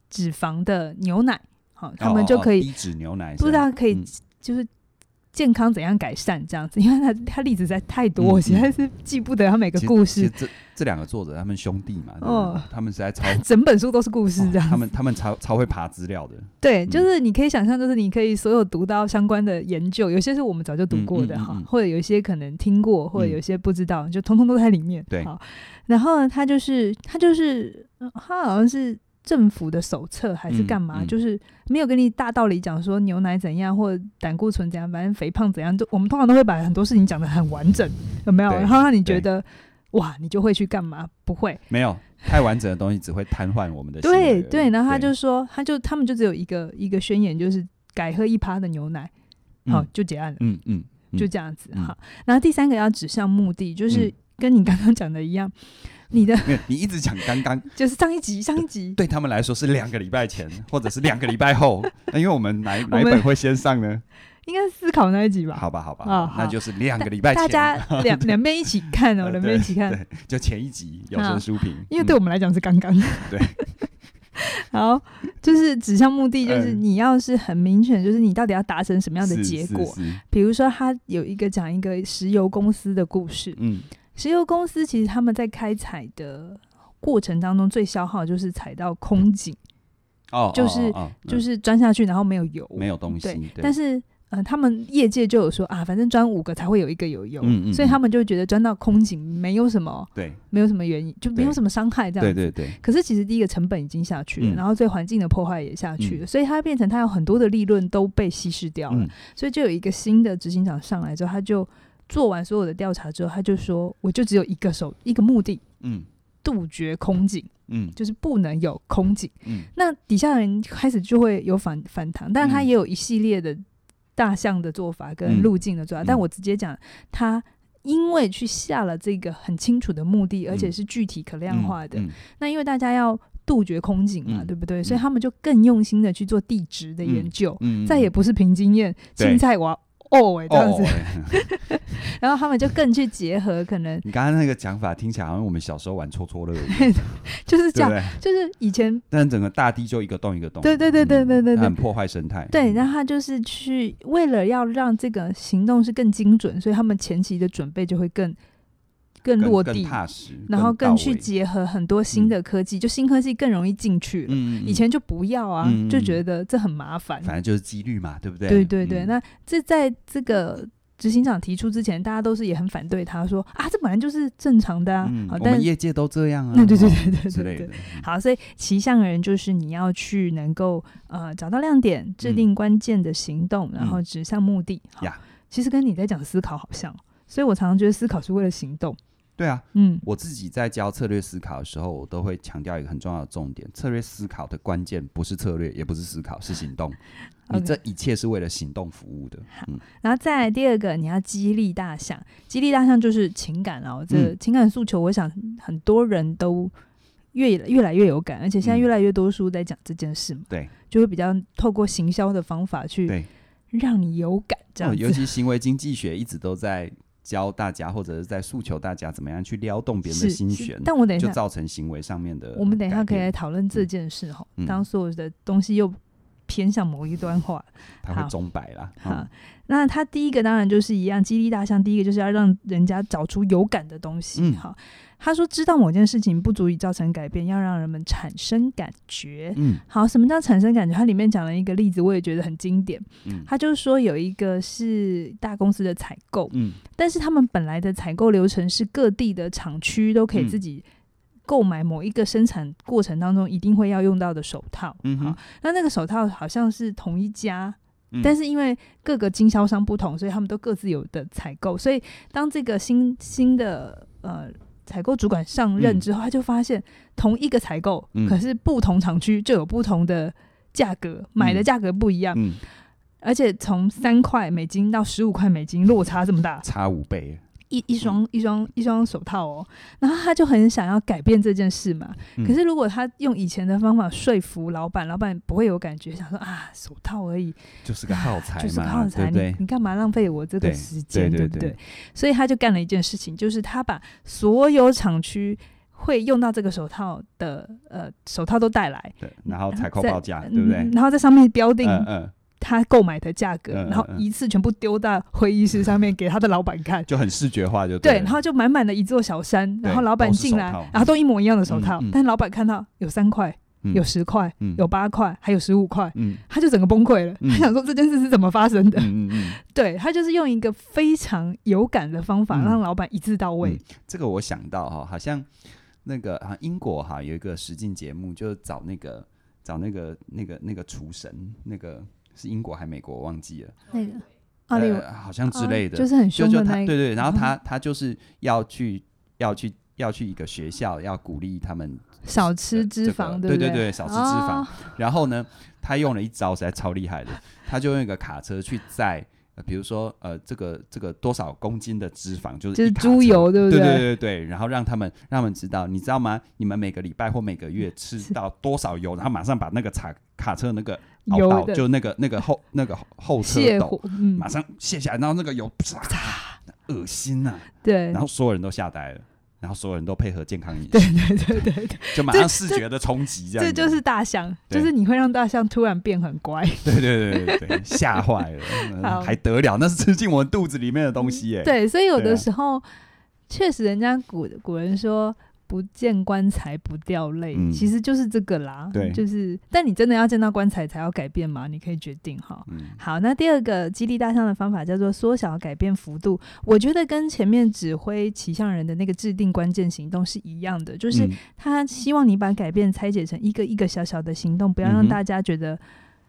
Speaker 2: 脂肪的牛奶，好，他们就可
Speaker 1: 哦哦
Speaker 2: 以
Speaker 1: 低脂牛奶是吧，
Speaker 2: 不知道可以
Speaker 1: 嗯
Speaker 2: 就是健康怎样改善这样子，因为他他例子实在太多，我
Speaker 1: 嗯
Speaker 2: 实在是记不得他每个故
Speaker 1: 其实
Speaker 2: 事，
Speaker 1: 这这两个作者他们兄弟嘛，
Speaker 2: 哦
Speaker 1: 哦，他们实在超
Speaker 2: 整本书都 是故事这样
Speaker 1: 哦
Speaker 2: 子。
Speaker 1: 他们他们超超会爬资料的，
Speaker 2: 对，
Speaker 1: 嗯
Speaker 2: 就是你可以想象，就是你可以所有读到相关的研究，有些是我们早就读过的
Speaker 1: 嗯嗯嗯
Speaker 2: 哈，
Speaker 1: 嗯
Speaker 2: 或者有一些可能听过，或者
Speaker 1: 嗯
Speaker 2: 有一些不知道，就通通都在里面。
Speaker 1: 对
Speaker 2: 好，然后呢，他就是他就是呃他好像是政府的手册还是
Speaker 1: 嗯
Speaker 2: 干嘛，
Speaker 1: 嗯
Speaker 2: 就是没有跟你大道理讲说牛奶怎样或胆固醇怎样，反正肥胖怎样，就我们通常都会把很多事情讲得很完整，有没有？
Speaker 1: 对
Speaker 2: 然后让你觉
Speaker 1: 对
Speaker 2: 得哇，你就会去干嘛？不会，
Speaker 1: 没有太完整的东西只会瘫痪我们的行为而
Speaker 2: 对
Speaker 1: 已。
Speaker 2: 对，然后他就
Speaker 1: 对
Speaker 2: 说，他就他们就只有一个一个宣言，就是改喝一趴的牛奶，好、
Speaker 1: 嗯
Speaker 2: 就结案了，
Speaker 1: 嗯嗯
Speaker 2: 就这样子
Speaker 1: 嗯
Speaker 2: 好。然后第三个要指向目的，就是
Speaker 1: 嗯
Speaker 2: 跟你刚刚讲的一样，你的
Speaker 1: 没有，你一直讲刚刚
Speaker 2: 就是上一集上一集，
Speaker 1: 对他们来说是两个礼拜前，或者是两个礼拜后， 那因为我们哪一哪一
Speaker 2: 我们
Speaker 1: 本会先上呢？
Speaker 2: 应该是思考那一集吧。
Speaker 1: 好吧，好吧，
Speaker 2: 啊好
Speaker 1: 那就是两个礼拜
Speaker 2: 大
Speaker 1: 前，
Speaker 2: 家两 两边一起看哦，
Speaker 1: 呃
Speaker 2: 两边一起看，
Speaker 1: 对，就前一集有
Speaker 2: 啊
Speaker 1: 声书评，
Speaker 2: 因为对我们来讲是刚刚。
Speaker 1: 对。
Speaker 2: 好，就是指向目的，就是
Speaker 1: 嗯
Speaker 2: 你要是很明显，就是你到底要达成什么
Speaker 1: 这
Speaker 2: 样的结果。
Speaker 1: 是是
Speaker 2: 比如说，他有一个讲一个石油公司的故事，
Speaker 1: 嗯，
Speaker 2: 石油公司其实他们在开采的过程当中，最消耗的就是采到空井，
Speaker 1: 哦，
Speaker 2: 就是
Speaker 1: 哦哦嗯
Speaker 2: 就是钻下去然后没有油，
Speaker 1: 没有东西
Speaker 2: 对，，
Speaker 1: 对
Speaker 2: 但是。呃，他们业界就有说啊，反正钻五个才会有一个有油，
Speaker 1: 嗯嗯
Speaker 2: 所以他们就觉得钻到空井没有什么，
Speaker 1: 对
Speaker 2: 没有什么原因，就没有
Speaker 1: 对
Speaker 2: 什么伤害这样
Speaker 1: 对对
Speaker 2: 子。
Speaker 1: 对，
Speaker 2: 可是其实第一个成本已经下去了，
Speaker 1: 嗯
Speaker 2: 然后对环境的破坏也下去了，
Speaker 1: 嗯
Speaker 2: 所以它变成它有很多的利润都被稀释掉了。
Speaker 1: 嗯
Speaker 2: 所以就有一个新的执行长上来之后，他就做完所有的调查之后，他就说，我就只有一个手一个目的，
Speaker 1: 嗯
Speaker 2: 杜绝空警，
Speaker 1: 嗯
Speaker 2: 就是不能有空警。
Speaker 1: 嗯，
Speaker 2: 那底下的人开始就会有反反弹，但他
Speaker 1: 嗯
Speaker 2: 也有一系列的大象的做法跟
Speaker 1: 嗯
Speaker 2: 路径的做法。
Speaker 1: 嗯
Speaker 2: 但我直接讲，他因为去下了这个很清楚的目的，而且是具体可量化的。
Speaker 1: 嗯，嗯
Speaker 2: 那因为大家要杜绝空警嘛，
Speaker 1: 嗯
Speaker 2: 对不对？所以他们就更用心的去做地质的研究。
Speaker 1: 嗯，
Speaker 2: 再也不是凭经验，
Speaker 1: 对
Speaker 2: 青菜娃哦哎、欸、这样子，
Speaker 1: 哦哎
Speaker 2: 然后他们就更去结合，可能
Speaker 1: 你刚刚那个讲法听起来好像我们小时候玩戳戳 乐一样，
Speaker 2: 就是这
Speaker 1: 对不
Speaker 2: 样，
Speaker 1: 对？哦
Speaker 2: 就是以前
Speaker 1: 但整个大地就一个洞一个洞，
Speaker 2: 对对对对对对
Speaker 1: 它
Speaker 2: 对
Speaker 1: 很破坏生态。嗯
Speaker 2: 对，那他就是去为了要让这个行动是更精准，所以他们前期的准备就会更更
Speaker 1: 更
Speaker 2: 落
Speaker 1: 更
Speaker 2: 地，
Speaker 1: 踏实，
Speaker 2: 然后
Speaker 1: 更到
Speaker 2: 更去
Speaker 1: 位嗯
Speaker 2: 结合很多新的科技，就新科技更容易进去了。
Speaker 1: 嗯，嗯嗯
Speaker 2: 以前就不要啊，
Speaker 1: 嗯嗯嗯
Speaker 2: 就觉得这很麻烦。
Speaker 1: 反正就是几率嘛，对不对？
Speaker 2: 对对对，
Speaker 1: 嗯
Speaker 2: 那这在这个执行长提出之前，大家都是也很反对他说啊，这本来就是正常的啊。
Speaker 1: 嗯
Speaker 2: 好，
Speaker 1: 我
Speaker 2: 但
Speaker 1: 们业界都这样啊，
Speaker 2: 对对对
Speaker 1: 哦
Speaker 2: 对对对
Speaker 1: 之
Speaker 2: 对
Speaker 1: 类
Speaker 2: 对
Speaker 1: 的。
Speaker 2: 好，所以骑象人就是你要去能够呃找到亮点，制定关键的行动，然后指向目的。好
Speaker 1: 嗯呀
Speaker 2: 其实跟你在讲思考好像，所以我常常觉得思考是为了行动。
Speaker 1: 对啊，
Speaker 2: 嗯
Speaker 1: 我自己在教策略思考的时候，我都会强调一个很重要的重点：策略思考的关键不是策略，也不是思考，是行动。你
Speaker 2: OK
Speaker 1: 这一切是为了行动服务的。 嗯，
Speaker 2: 然后再来第二个，你要激励大象。激励大象就是情感啊，这
Speaker 1: 嗯
Speaker 2: 情感诉求，我想很多人都越越来越有感，而且现在
Speaker 1: 嗯
Speaker 2: 越来越多书在讲这件事嘛，
Speaker 1: 对
Speaker 2: 就会比较透过行销的方法去
Speaker 1: 对，
Speaker 2: 让你有感，这样
Speaker 1: 哦
Speaker 2: 子。
Speaker 1: 尤其行为经济学一直都在教大家，或者是在诉求大家怎么样去撩动别人的
Speaker 2: 是
Speaker 1: 心
Speaker 2: 是
Speaker 1: 弦，
Speaker 2: 但我等一
Speaker 1: 就
Speaker 2: 下，
Speaker 1: 造成行为上面的改变。
Speaker 2: 我们等一下可以来讨论这件事哈。
Speaker 1: 嗯
Speaker 2: 当所有的东西又偏向某一端化，
Speaker 1: 它
Speaker 2: 好
Speaker 1: 会钟摆啦。
Speaker 2: 好
Speaker 1: 嗯，
Speaker 2: 那它第一个当然就是一样，激励大象。第一个就是要让人家找出有感的东西。
Speaker 1: 嗯
Speaker 2: 好，他说知道某件事情不足以造成改变，要让人们产生感觉。
Speaker 1: 嗯
Speaker 2: 好，什么叫产生感觉？它里面讲了一个例子，我也觉得很经典。
Speaker 1: 嗯
Speaker 2: 他就说有一个是大公司的采购，
Speaker 1: 嗯
Speaker 2: 但是他们本来的采购流程是各地的厂区都可以
Speaker 1: 嗯
Speaker 2: 自己购买某一个生产过程当中一定会要用到的手套。
Speaker 1: 嗯
Speaker 2: 好
Speaker 1: 哼，
Speaker 2: 那那个手套好像是同一家，
Speaker 1: 嗯
Speaker 2: 但是因为各个经销商不同，所以他们都各自有的采购。所以当这个新新的呃采购主管上任
Speaker 1: 嗯
Speaker 2: 之后，他就发现同一个采购，
Speaker 1: 嗯
Speaker 2: 可是不同厂区就有不同的价格，买的
Speaker 1: 嗯
Speaker 2: 价格不一样，
Speaker 1: 嗯，
Speaker 2: 而且从三块美金到十五块美金落差这么大，
Speaker 1: 差五倍。
Speaker 2: 一一双
Speaker 1: 嗯
Speaker 2: 一双一双手套哦。然后他就很想要改变这件事嘛。
Speaker 1: 嗯
Speaker 2: 可是如果他用以前的方法说服老板，老板不会有感觉，想说啊，手套而已，啊
Speaker 1: 就是个耗材嘛，
Speaker 2: 就是个耗材，
Speaker 1: 对不对
Speaker 2: 你？你干嘛浪费我这个
Speaker 1: 对
Speaker 2: 时间，
Speaker 1: 对对
Speaker 2: 不
Speaker 1: 对
Speaker 2: 对？所以他就干了一件事情，就是他把所有厂区会用到这个手套的呃手套都带来，
Speaker 1: 对，然后采购
Speaker 2: 在
Speaker 1: 报价，啊对不对
Speaker 2: 嗯？然后在上面标定
Speaker 1: 嗯嗯，
Speaker 2: 他购买的价格，
Speaker 1: 嗯嗯
Speaker 2: 然后一次全部丢到会议室上面给他的老板看。
Speaker 1: 就很视觉化就
Speaker 2: 对，
Speaker 1: 了
Speaker 2: 然后就满满的一座小山，
Speaker 1: 对
Speaker 2: 然后老板进
Speaker 1: 都
Speaker 2: 来
Speaker 1: 是手套，
Speaker 2: 然后都一模一样的手套，
Speaker 1: 嗯嗯
Speaker 2: 但老板看到有三块、
Speaker 1: 嗯
Speaker 2: 有十块、
Speaker 1: 嗯
Speaker 2: 有八块，还有十五块，
Speaker 1: 嗯
Speaker 2: 他就整个崩溃了。
Speaker 1: 嗯
Speaker 2: 他想说这件事是怎么发生的？
Speaker 1: 嗯嗯嗯，
Speaker 2: 对他就是用一个非常有感的方法，
Speaker 1: 嗯
Speaker 2: 让老板一次到位。
Speaker 1: 嗯这个我想到哈，好像那个啊，英国哈有一个实境节目，就是找那个找那个那个那个厨神，那个是英国还美国我忘记了，
Speaker 2: 那个奥利维
Speaker 1: 嗯呃、好像之类的，
Speaker 2: 啊就是很
Speaker 1: 就
Speaker 2: 凶
Speaker 1: 就
Speaker 2: 的
Speaker 1: 他
Speaker 2: 那一
Speaker 1: 对对，然后
Speaker 2: 嗯
Speaker 1: 他、他就是要去要去要去一个学校，要鼓励他们
Speaker 2: 少吃脂肪，
Speaker 1: 这个对
Speaker 2: 不对
Speaker 1: 对，少吃脂肪。
Speaker 2: 哦
Speaker 1: 然后呢，他用了一招实在超厉害的， 他就用一个卡车去载，呃、比如说呃，这个这个多少公斤的脂肪，就是
Speaker 2: 就
Speaker 1: 一
Speaker 2: 是
Speaker 1: 卡
Speaker 2: 猪
Speaker 1: 车
Speaker 2: 油，对不
Speaker 1: 对
Speaker 2: 对
Speaker 1: 对对对，然后让他们让他们知道，你知道吗？你们每个礼拜或每个 月吃到多少油，然后马上把那个卡卡车那个凹
Speaker 2: 油
Speaker 1: 道，
Speaker 2: 的
Speaker 1: 就那个那个后那个后车
Speaker 2: 泻火
Speaker 1: 斗，，
Speaker 2: 嗯
Speaker 1: 马，上卸下来，然后那个油啪，恶心呐、
Speaker 2: 对
Speaker 1: 然后所有人都吓呆了。然后所有人都配合健康饮
Speaker 2: 对
Speaker 1: 食，
Speaker 2: 对对对对，
Speaker 1: 就马
Speaker 2: 这
Speaker 1: 上视
Speaker 2: 这
Speaker 1: 觉的冲击，这样
Speaker 2: 这
Speaker 1: 子
Speaker 2: 就是大象，
Speaker 1: 对
Speaker 2: 就是你会让大象突然变很乖。
Speaker 1: 对对对对对，吓坏了，嗯
Speaker 2: 好
Speaker 1: 还得了？那是吃进我们肚子里面的东西耶。
Speaker 2: 对，所以有
Speaker 1: 对啊
Speaker 2: 的时候确实，人家古古人说。不见棺材不掉泪，
Speaker 1: 嗯
Speaker 2: 其实就是这个啦。
Speaker 1: 对
Speaker 2: 就是，但你真的要见到棺材才要改变吗？你可以决定哈。
Speaker 1: 嗯，
Speaker 2: 好，那第二个激励大象的方法叫做缩小改变幅度。我觉得跟前面指挥骑象人的那个制定关键行动是一样的，就
Speaker 1: 就是
Speaker 2: 他希望你把改变拆解成一个一个小小的行动，不要
Speaker 1: 嗯
Speaker 2: 让
Speaker 1: 哼
Speaker 2: 大家觉得。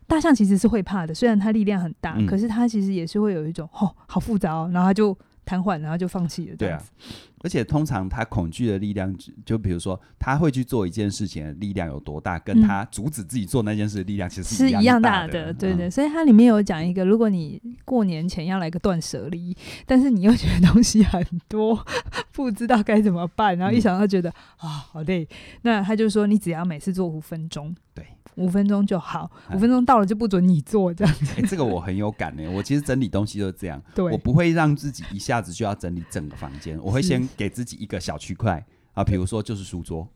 Speaker 2: 大象其实是会怕的，虽然它力量很大，
Speaker 1: 嗯
Speaker 2: 可是它其实也是会有一种哦，好复杂哦，然后它就瘫痪，然后就放弃了。这
Speaker 1: 对
Speaker 2: 样
Speaker 1: 啊
Speaker 2: 子，
Speaker 1: 而且通常他恐惧的力量，就比如说他会去做一件事情的力量有多大，跟
Speaker 2: 嗯
Speaker 1: 他阻止自己做那件事的力量其实
Speaker 2: 是一样
Speaker 1: 大
Speaker 2: 的，
Speaker 1: 的。
Speaker 2: 对
Speaker 1: 嗯
Speaker 2: 对。，所以它里面有讲一个，如果你过年前要来个断舍离，但是你又觉得东西很多，不知道该怎么办，然后一
Speaker 1: 嗯
Speaker 2: 想到觉得啊、好累，那他就说你只要每次做五分钟，
Speaker 1: 对，
Speaker 2: 五分钟就好，
Speaker 1: 哎
Speaker 2: 五分钟到了就不准你做这样。
Speaker 1: 哎，这个我很有感呢。我其实整理东西就是这样，
Speaker 2: 对
Speaker 1: 我不会让自己一下子就要整理整个房间，我会
Speaker 2: 是
Speaker 1: 先给自己一个小区块啊，比如说就是书桌，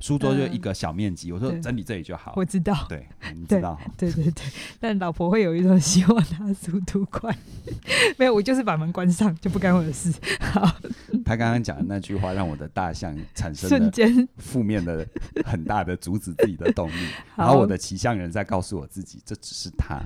Speaker 1: 书桌就一个小面积，我说
Speaker 2: 嗯对
Speaker 1: 整理这里就好
Speaker 2: 我。知道，
Speaker 1: 对，你知
Speaker 2: 对
Speaker 1: 道哈。
Speaker 2: 对对对，但老婆会有一种希望他速度快，没有，我就是把门关上，就不干我的事。好，
Speaker 1: 他刚刚讲的那句话，让我的大象产生
Speaker 2: 瞬
Speaker 1: 了
Speaker 2: 间
Speaker 1: 负面的很大的阻止自己的动力。
Speaker 2: 好
Speaker 1: 然后我的骑象人在告诉我自己，这只是 他，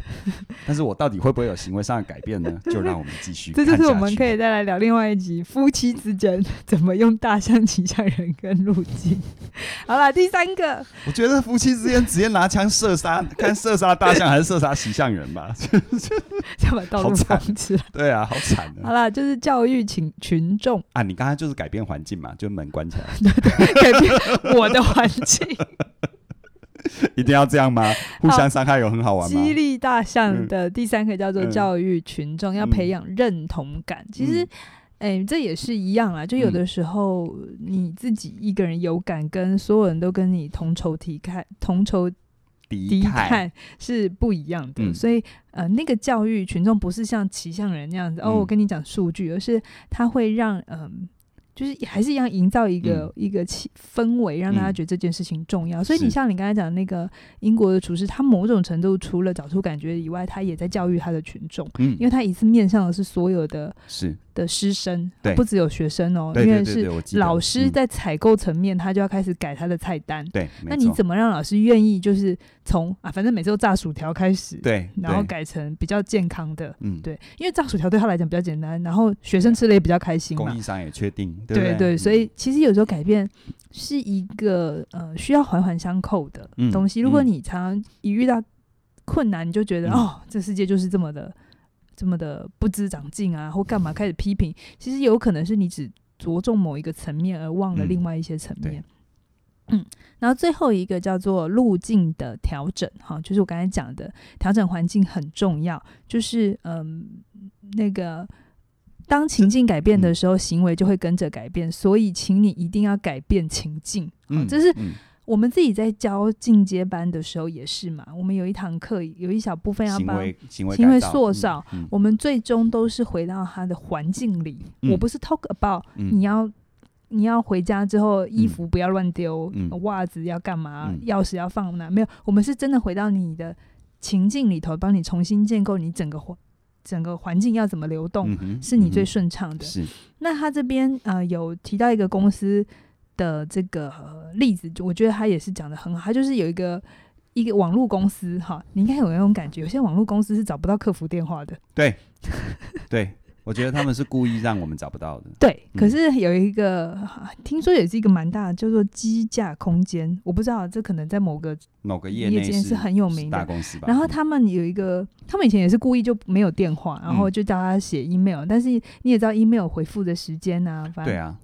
Speaker 1: 但是我到底会不会有行为上的改变呢？就让我们继续看
Speaker 2: 这
Speaker 1: 下
Speaker 2: 就
Speaker 1: 去。
Speaker 2: 是我们可以再来聊另外一集夫妻之间怎么用大象、骑象人跟路径。 好了，第三个，
Speaker 1: 我觉得夫妻之间直接拿枪射杀， 看射杀大象还是射杀骑象人吧。
Speaker 2: 就把道
Speaker 1: 好
Speaker 2: 路
Speaker 1: 惨
Speaker 2: 封起来。
Speaker 1: 对啊，好惨
Speaker 2: 好
Speaker 1: 啊！
Speaker 2: 了，就是教育群群众
Speaker 1: 啊，你刚才就是改变环境嘛，就门关起来，
Speaker 2: 改变我的环境，
Speaker 1: 一定要这样吗？互相伤害有很好玩吗？
Speaker 2: 激励大象
Speaker 1: 嗯
Speaker 2: 的第三个叫做
Speaker 1: 嗯
Speaker 2: 教育群众，要
Speaker 1: 嗯
Speaker 2: 培养认同感。其实
Speaker 1: 嗯。
Speaker 2: 哎、这也是一样啦。就有的时候你自己一个人有感，跟所有人都跟你同仇敌忾、同仇
Speaker 1: 敌
Speaker 2: 低
Speaker 1: 忾，
Speaker 2: 碳是不一样的，
Speaker 1: 嗯
Speaker 2: 所以呃，那个教育群众不是像骑象人那样子、哦，
Speaker 1: 嗯
Speaker 2: 我跟你讲数据，而是他会让嗯、就是还是一样营造一个、
Speaker 1: 嗯
Speaker 2: 一个气氛围，让大家
Speaker 1: 嗯
Speaker 2: 觉得这件事情重要。所以
Speaker 1: 是
Speaker 2: 你像你刚才讲的那个英国的厨师，他某种程度除了找出感觉以外，他也在教育他的群众，
Speaker 1: 嗯
Speaker 2: 因，为他一次面向的是所有的
Speaker 1: 是
Speaker 2: 的师生，
Speaker 1: 对
Speaker 2: 不只有学生哦，
Speaker 1: 对对
Speaker 2: 因
Speaker 1: 对对，
Speaker 2: 为
Speaker 1: 我记
Speaker 2: 是
Speaker 1: 得
Speaker 2: 老师
Speaker 1: 嗯
Speaker 2: 在采购层面，他就要开始改他的菜单。
Speaker 1: 对，没
Speaker 2: 那你
Speaker 1: 错
Speaker 2: 怎么让老师愿意就是从啊，反正每次都炸薯条开始，，
Speaker 1: 对，
Speaker 2: 然后
Speaker 1: 对
Speaker 2: 改成比较健康的，
Speaker 1: 嗯，
Speaker 2: 对，因为炸薯条对他来讲比较简单，然后学生吃了也比较开心
Speaker 1: 供
Speaker 2: 嘛
Speaker 1: 应，商也确定，对不
Speaker 2: 对
Speaker 1: 对嗯
Speaker 2: 所以其实有时候改变是一个呃需要环环相扣的
Speaker 1: 嗯
Speaker 2: 东西。如果
Speaker 1: 嗯
Speaker 2: 你常常一遇到困难，你就觉得、
Speaker 1: 嗯
Speaker 2: 哦，这世界就是这么的这么的不知长进啊，或干嘛开始批评，其实有可能是你只着重某一个层面，而忘了
Speaker 1: 嗯
Speaker 2: 另外一些层
Speaker 1: 对
Speaker 2: 面。嗯，然后最后一个叫做路径的调整，哈，就是我刚才讲的调整环境很重要，就是嗯，那个当情境改变的
Speaker 1: 嗯
Speaker 2: 时候，行为就会跟着改变，所以请你一定要改变情境。好
Speaker 1: 嗯，
Speaker 2: 哦这是
Speaker 1: 嗯
Speaker 2: 我们自己在教进阶班的时候也是嘛，我们有一堂课有一小部分要
Speaker 1: 行
Speaker 2: 哎帮。
Speaker 1: 为行为
Speaker 2: 行
Speaker 1: 改
Speaker 2: 为
Speaker 1: 造
Speaker 2: 塑
Speaker 1: 嗯
Speaker 2: 造
Speaker 1: 嗯
Speaker 2: 我们最终都是回到他的环境里。
Speaker 1: 嗯
Speaker 2: 我不是 talk about
Speaker 1: 嗯
Speaker 2: 你要你要回家之后，衣服不要乱丢
Speaker 1: 嗯，
Speaker 2: 袜、子要干嘛，
Speaker 1: 嗯
Speaker 2: 钥、匙要放哪？没有，我们是真的回到你的情境里头，帮你重新建构你整个环整个环境要怎么流动，
Speaker 1: 嗯哼
Speaker 2: 是你最
Speaker 1: 嗯
Speaker 2: 顺畅
Speaker 1: 哼
Speaker 2: 的。
Speaker 1: 是
Speaker 2: 那他这边呃有提到一个公司的这个、呃例子，就我觉得他也是讲的很好，他就是有一个。一个网络公司哈，你应该有那种感觉，有些网络公司是找不到客服电话的，
Speaker 1: 对对，我觉得他们是故意让我们找不到的。
Speaker 2: 对。
Speaker 1: 嗯
Speaker 2: 可是有一个， 啊听说也是一个蛮大的，叫做机架空间，我不知道这可能在某个
Speaker 1: 某个业
Speaker 2: 夜
Speaker 1: 内
Speaker 2: 间是很有名
Speaker 1: 大
Speaker 2: 的。
Speaker 1: 公司吧？
Speaker 2: 然后
Speaker 1: 嗯
Speaker 2: 他们有一个，他们以前也是故意就没有电话，然
Speaker 1: 嗯
Speaker 2: 后就叫他写 email，、但是你也知道 email 回复的时间啊，反正
Speaker 1: 对啊，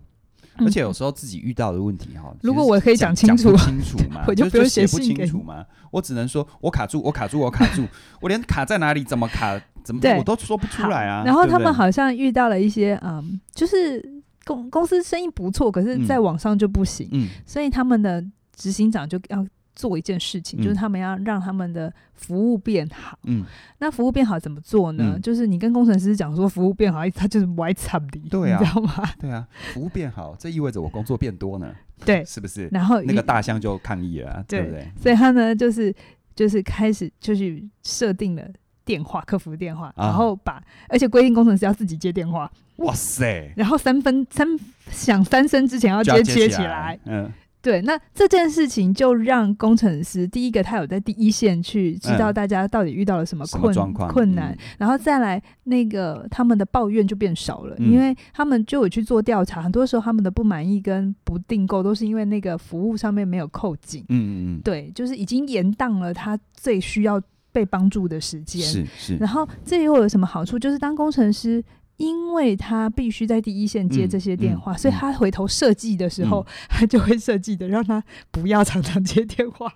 Speaker 2: 嗯
Speaker 1: 而且有时候自己遇到的问题哈，
Speaker 2: 如果
Speaker 1: 其实
Speaker 2: 我可以
Speaker 1: 讲
Speaker 2: 讲清楚，
Speaker 1: 讲不清楚嘛
Speaker 2: 我就
Speaker 1: 就
Speaker 2: 不用
Speaker 1: 写
Speaker 2: 写
Speaker 1: 不
Speaker 2: 信
Speaker 1: 清
Speaker 2: 给
Speaker 1: 楚嘛，我只能说我卡住，我卡住，我卡住，我连卡在哪里，怎么卡，怎么
Speaker 2: 对
Speaker 1: 我都说不出
Speaker 2: 好
Speaker 1: 来啊。
Speaker 2: 然后
Speaker 1: 对不
Speaker 2: 他们
Speaker 1: 对
Speaker 2: 好像遇到了一些，嗯，就是公公司生意不错，可是
Speaker 1: 嗯
Speaker 2: 在网上就不行，
Speaker 1: 嗯
Speaker 2: 所以他们的执行长就要做一件事情，
Speaker 1: 嗯
Speaker 2: 就是他们要让他们的服务变好。
Speaker 1: 嗯，
Speaker 2: 那服务变好怎么做呢？
Speaker 1: 嗯
Speaker 2: 就是你跟工程师讲说服务变好，哎他就是不爱插你，
Speaker 1: 对啊
Speaker 2: 你知道吗？
Speaker 1: 对啊，服务变好，这意味着我工作变多呢，
Speaker 2: 对，
Speaker 1: 是不是？
Speaker 2: 然后
Speaker 1: 那个大象就抗议了啊，
Speaker 2: 对
Speaker 1: 对不对？
Speaker 2: 所以他呢，就是就是开始就是设定了电话客服电话，
Speaker 1: 啊
Speaker 2: 然后把而且规定工程师要自己接电话，
Speaker 1: 哇塞，
Speaker 2: 然后三分三响三声之前要
Speaker 1: 就要
Speaker 2: 接
Speaker 1: 接
Speaker 2: 接
Speaker 1: 起
Speaker 2: 起
Speaker 1: 来
Speaker 2: 来。，
Speaker 1: 嗯
Speaker 2: 对，那这件事情就让工程师第一个他有在第一线去知道
Speaker 1: 嗯
Speaker 2: 大家到底遇到了什么
Speaker 1: 什么
Speaker 2: 困
Speaker 1: 状况
Speaker 2: 困难，
Speaker 1: 嗯
Speaker 2: 然后再来那个他们的抱怨就变少了，
Speaker 1: 嗯
Speaker 2: 因为他们就有去做调查，很多时候他们的不满意跟不订购都是因为那个服务上面没有扣紧，
Speaker 1: 嗯嗯
Speaker 2: 对，就是已经延宕了他最需要被帮助的时
Speaker 1: 嗯，
Speaker 2: 间。
Speaker 1: 是是，
Speaker 2: 然后这又有什么好处？就是当工程师，因为他必须在第一线接
Speaker 1: 嗯
Speaker 2: 这些电话，
Speaker 1: 嗯
Speaker 2: 所以他回头设计的时候，
Speaker 1: 嗯
Speaker 2: 他就会设计的让他不要常常接电话。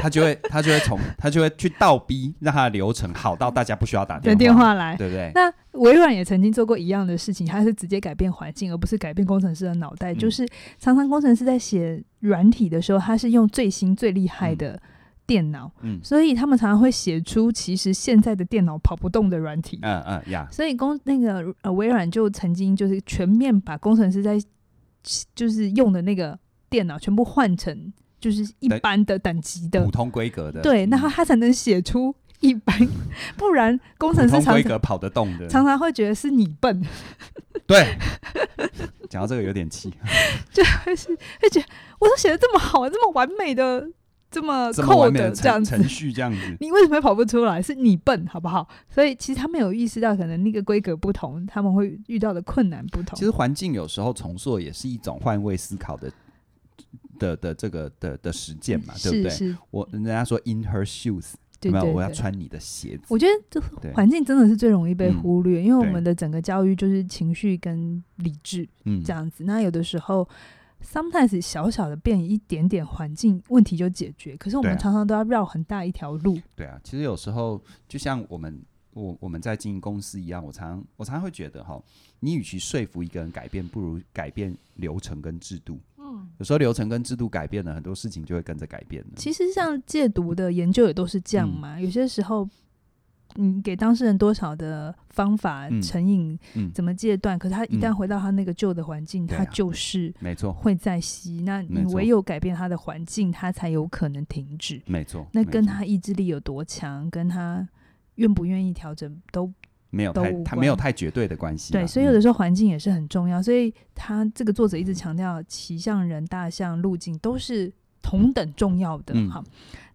Speaker 1: 他就会他就会从他就会去倒逼，让他的流程好到大家不需要打
Speaker 2: 的电话来，
Speaker 1: 对不对？
Speaker 2: 那微软也曾经做过一样的事情，它是直接改变环境，而不是改变工程师的脑袋。
Speaker 1: 嗯
Speaker 2: 就是常常工程师在写软体的时候，他是用最新最厉害的电脑，
Speaker 1: 嗯
Speaker 2: 所以他们常常会写出其实现在的电脑跑不动的软体。
Speaker 1: 嗯嗯呀，
Speaker 2: 所以工那个呃微软就曾经就是全面把工程师在就是用的那个电脑全部换成就是一
Speaker 1: 等
Speaker 2: 般的等级的
Speaker 1: 普，通规格的，
Speaker 2: 对，那
Speaker 1: 嗯
Speaker 2: 他他才能写出一般， 不然工程
Speaker 1: 普
Speaker 2: 师
Speaker 1: 通
Speaker 2: 常
Speaker 1: 规
Speaker 2: 常
Speaker 1: 格跑得动的，
Speaker 2: 常常会觉得是你笨，
Speaker 1: 对。讲到这个有点气，
Speaker 2: 我都写的这么好，这么完美的，这么
Speaker 1: 这么
Speaker 2: 呃扣
Speaker 1: 完美的
Speaker 2: 的这样
Speaker 1: 程
Speaker 2: 子
Speaker 1: 程。序这样 子，
Speaker 2: 你为什么会跑不出来？是你笨，好不好？所以其实他们有意识到，可能那个规格不同，他们会遇到的困难不同。
Speaker 1: 其实环境有时候重塑也是一种换位思考的的的这个的的实践嘛，对不
Speaker 2: 是
Speaker 1: 对？
Speaker 2: 是，
Speaker 1: 我人家说 in her shoes，
Speaker 2: 嗯对
Speaker 1: 有没
Speaker 2: 对
Speaker 1: 有？
Speaker 2: 对。
Speaker 1: 我要穿你的鞋子。
Speaker 2: 我觉得这
Speaker 1: 对
Speaker 2: 环境真的是最容易被
Speaker 1: 嗯
Speaker 2: 忽略，因为我
Speaker 1: 对
Speaker 2: 们的整个教育就是情绪跟理智
Speaker 1: 嗯
Speaker 2: 这样子。那有的时候，sometimes 小小的变一点点环境，问题就解决。可是我
Speaker 1: 对
Speaker 2: 们
Speaker 1: 啊
Speaker 2: 常常都要绕很大一条路。
Speaker 1: 对啊，其实有时候就像我们我我们在经营公司一样，我常我常会觉得哈，你与其说服一个人改变，不如改变流程跟制度。
Speaker 2: 嗯，
Speaker 1: 有时候流程跟制度改变了，很多事情就会跟着改变了。
Speaker 2: 其实像戒毒的研究也都是这样
Speaker 1: 嗯
Speaker 2: 嘛。有些时候，你给当事人多少的方法、
Speaker 1: 嗯
Speaker 2: 成瘾
Speaker 1: 嗯
Speaker 2: 怎么戒断，可是他一旦
Speaker 1: 嗯
Speaker 2: 回到他那个旧的环境，
Speaker 1: 对
Speaker 2: 他
Speaker 1: 啊
Speaker 2: 就是
Speaker 1: 没错，
Speaker 2: 会再吸。那
Speaker 1: 没
Speaker 2: 你
Speaker 1: 错
Speaker 2: 唯有改变他的环境，他才有可能停止。
Speaker 1: 没错。
Speaker 2: 那
Speaker 1: 没
Speaker 2: 跟
Speaker 1: 错
Speaker 2: 他意志力有多强，跟他愿不愿意调整都
Speaker 1: 没有
Speaker 2: 都
Speaker 1: 太
Speaker 2: 无
Speaker 1: 他
Speaker 2: 关
Speaker 1: 没有太绝对的关系啦。
Speaker 2: 对，所
Speaker 1: 嗯
Speaker 2: 以有的时候环境也是很重要。所以他这个作者一直强调，骑象人、大象、路径都是同等重要的。
Speaker 1: 嗯
Speaker 2: 好，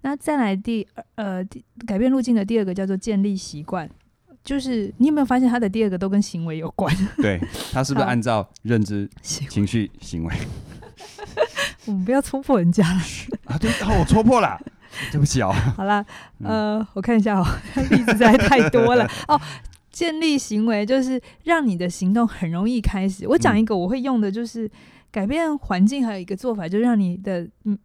Speaker 2: 那再来第二呃第改变路径的第二个叫做建立习惯，就是你有没有发现他的第二个都跟行为有关？
Speaker 1: 对他是不是
Speaker 2: 好
Speaker 1: 按照认知、
Speaker 2: 行
Speaker 1: 情绪、行为
Speaker 2: 我们不要戳破人家了。
Speaker 1: 啊？对，哦，我戳破了， 对不起哦。
Speaker 2: 好啦，
Speaker 1: 嗯
Speaker 2: 呃，我看一下哦， 例子实在太 多了哦。建立行为就是让你的行动很容易开
Speaker 1: 嗯
Speaker 2: 始。我讲一个我会用的，就是改变环境，还有一个做法，就让你的嗯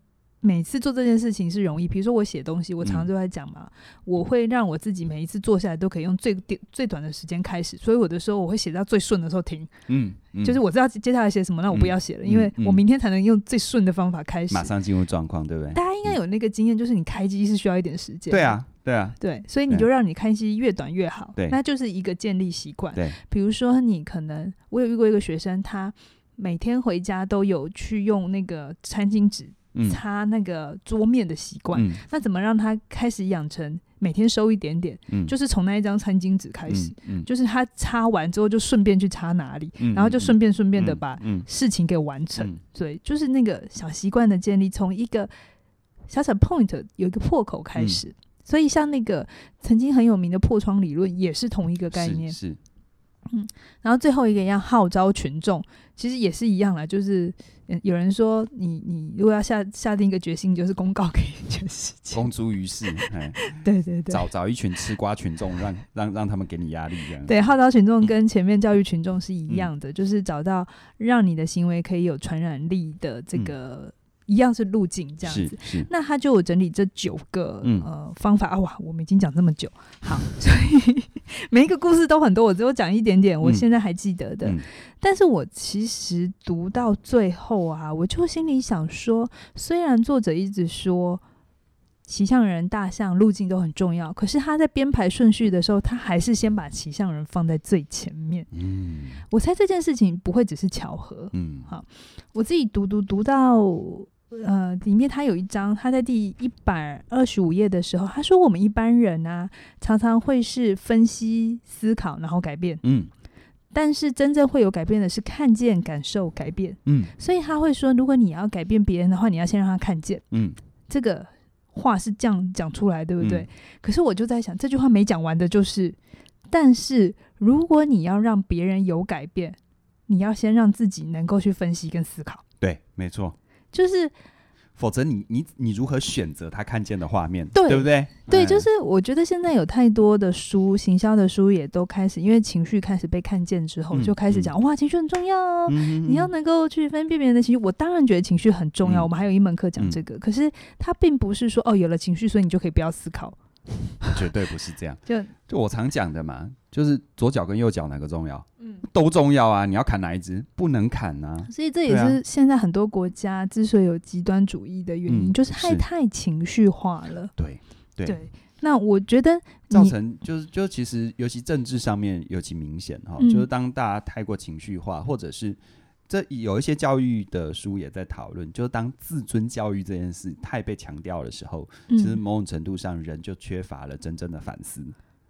Speaker 2: 每次做这件事情是容易。比如说我写东西，我常常
Speaker 1: 嗯
Speaker 2: 就在讲嘛，我会让我自己每一次坐下来都可以用最短最短的时间开始，所以有的时候我会写到最顺的时候停，
Speaker 1: 嗯，嗯
Speaker 2: 就是我知道接下来写什么，那我
Speaker 1: 嗯
Speaker 2: 不要写了，
Speaker 1: 嗯
Speaker 2: 因为我
Speaker 1: 嗯
Speaker 2: 明天才能用最顺的方法开始。
Speaker 1: 马上进入状况，对不对？
Speaker 2: 大家应该有那个经验，就是你开机是需要一点时间。
Speaker 1: 对啊，对啊，
Speaker 2: 对，所以你
Speaker 1: 对
Speaker 2: 就让你开机越短越好，
Speaker 1: 对
Speaker 2: 那就是一个建立习惯。
Speaker 1: 对，
Speaker 2: 比如说，你可能我有遇过一个学生，他每天回家都有去用那个餐巾纸
Speaker 1: 嗯
Speaker 2: 擦那个桌面的习惯。
Speaker 1: 嗯
Speaker 2: 那怎么让他开始养成每天收一点点？
Speaker 1: 嗯，
Speaker 2: 就是从那一张餐巾纸开始，
Speaker 1: 嗯，嗯，
Speaker 2: 就是他擦完之后就顺便去擦哪里，
Speaker 1: 嗯
Speaker 2: 然后就顺便顺便的
Speaker 1: 嗯
Speaker 2: 把
Speaker 1: 嗯
Speaker 2: 事情给完成。
Speaker 1: 嗯
Speaker 2: 对，就是那个小习惯的建立，从一个小小 point 有一个破口开
Speaker 1: 嗯
Speaker 2: 始。所以，像那个曾经很有名的破窗理论，也是同一个
Speaker 1: 嗯
Speaker 2: 概
Speaker 1: 是
Speaker 2: 念。
Speaker 1: 是
Speaker 2: 然后最后一个要号召群众，其实也是一样啦，就是嗯有人说你你如果要下下定一个决心，就是公告给全世界。
Speaker 1: 公诸于世，哎，
Speaker 2: 对对对，
Speaker 1: 找找一群吃瓜群众，让让让他们给你压力这样。
Speaker 2: 对号召群
Speaker 1: 嗯
Speaker 2: 众跟前面教育群众是一样的，就是找到让你的行为可以有传染力的这个、一样是路径这样
Speaker 1: 嗯是
Speaker 2: 子。
Speaker 1: 是，
Speaker 2: 那他就有整理这九个、
Speaker 1: 嗯
Speaker 2: 呃方法啊，哇，我们已经讲这么久，好， 所以每一个故事都很多，我只有讲一点点，我
Speaker 1: 嗯
Speaker 2: 现在还记得的。
Speaker 1: 嗯
Speaker 2: 但是我其实读到最后啊，我就心里想说，虽然作者一直说骑象人、大象路径都很重要，可是他在编排顺序的时候，他还是先把骑象人放在最前面。
Speaker 1: 嗯
Speaker 2: 我猜这件事情不会只是巧合。
Speaker 1: 嗯
Speaker 2: 好我自己读读读到呃，里面他有一章，他在第一百二十五页的时候，他说我们一般人啊，常常会是分析、思考，然后改变。
Speaker 1: 嗯
Speaker 2: 但是真正会有改变的是看见、感受、改变。
Speaker 1: 嗯
Speaker 2: 所以他会说，如果你要改变别人的话，你要先让他看见。
Speaker 1: 嗯，
Speaker 2: 这个话是这样讲出来，对不对？
Speaker 1: 嗯
Speaker 2: 可是我就在想，这句话没讲完的就是，但是如果你要让别人有改变，你要先让自己能够去分析跟思考。
Speaker 1: 对，没错。
Speaker 2: 就是
Speaker 1: 否则你你你如何选择他看见的画面，
Speaker 2: 对
Speaker 1: 对不对？
Speaker 2: 对，
Speaker 1: 哎
Speaker 2: 就是我觉得现在有太多的书，行销的书也都开始，因为情绪开始被看见之后，
Speaker 1: 嗯
Speaker 2: 就开始讲、哇，情绪很重要哦，
Speaker 1: 嗯
Speaker 2: 你要能够去分辨别人的情绪，我当然觉得情绪很重要。
Speaker 1: 嗯
Speaker 2: 我们还有一门课讲这个，可是它并不是说哦，有了情绪，所以你就可以不要思考。
Speaker 1: 绝对不是这样。
Speaker 2: 就
Speaker 1: 就我常讲的嘛，就是左脚跟右脚哪个重要？
Speaker 2: 嗯，
Speaker 1: 都重要啊！你要砍哪一只？不能砍啊！
Speaker 2: 所以这也
Speaker 1: 对啊
Speaker 2: 是现在很多国家之所以有极端主义的原因，
Speaker 1: 嗯
Speaker 2: 就是太
Speaker 1: 是
Speaker 2: 太情绪化了。
Speaker 1: 对，对
Speaker 2: 对，那我觉得
Speaker 1: 造
Speaker 2: 你
Speaker 1: 成就是就其实尤其政治上面尤其明显哈、
Speaker 2: 嗯
Speaker 1: 就是当大家太过情绪化，或者是这有一些教育的书也在讨论，就是当自尊教育这件事太被强调的时候，其实
Speaker 2: 嗯
Speaker 1: 某种程度上人就缺乏了真正的反思，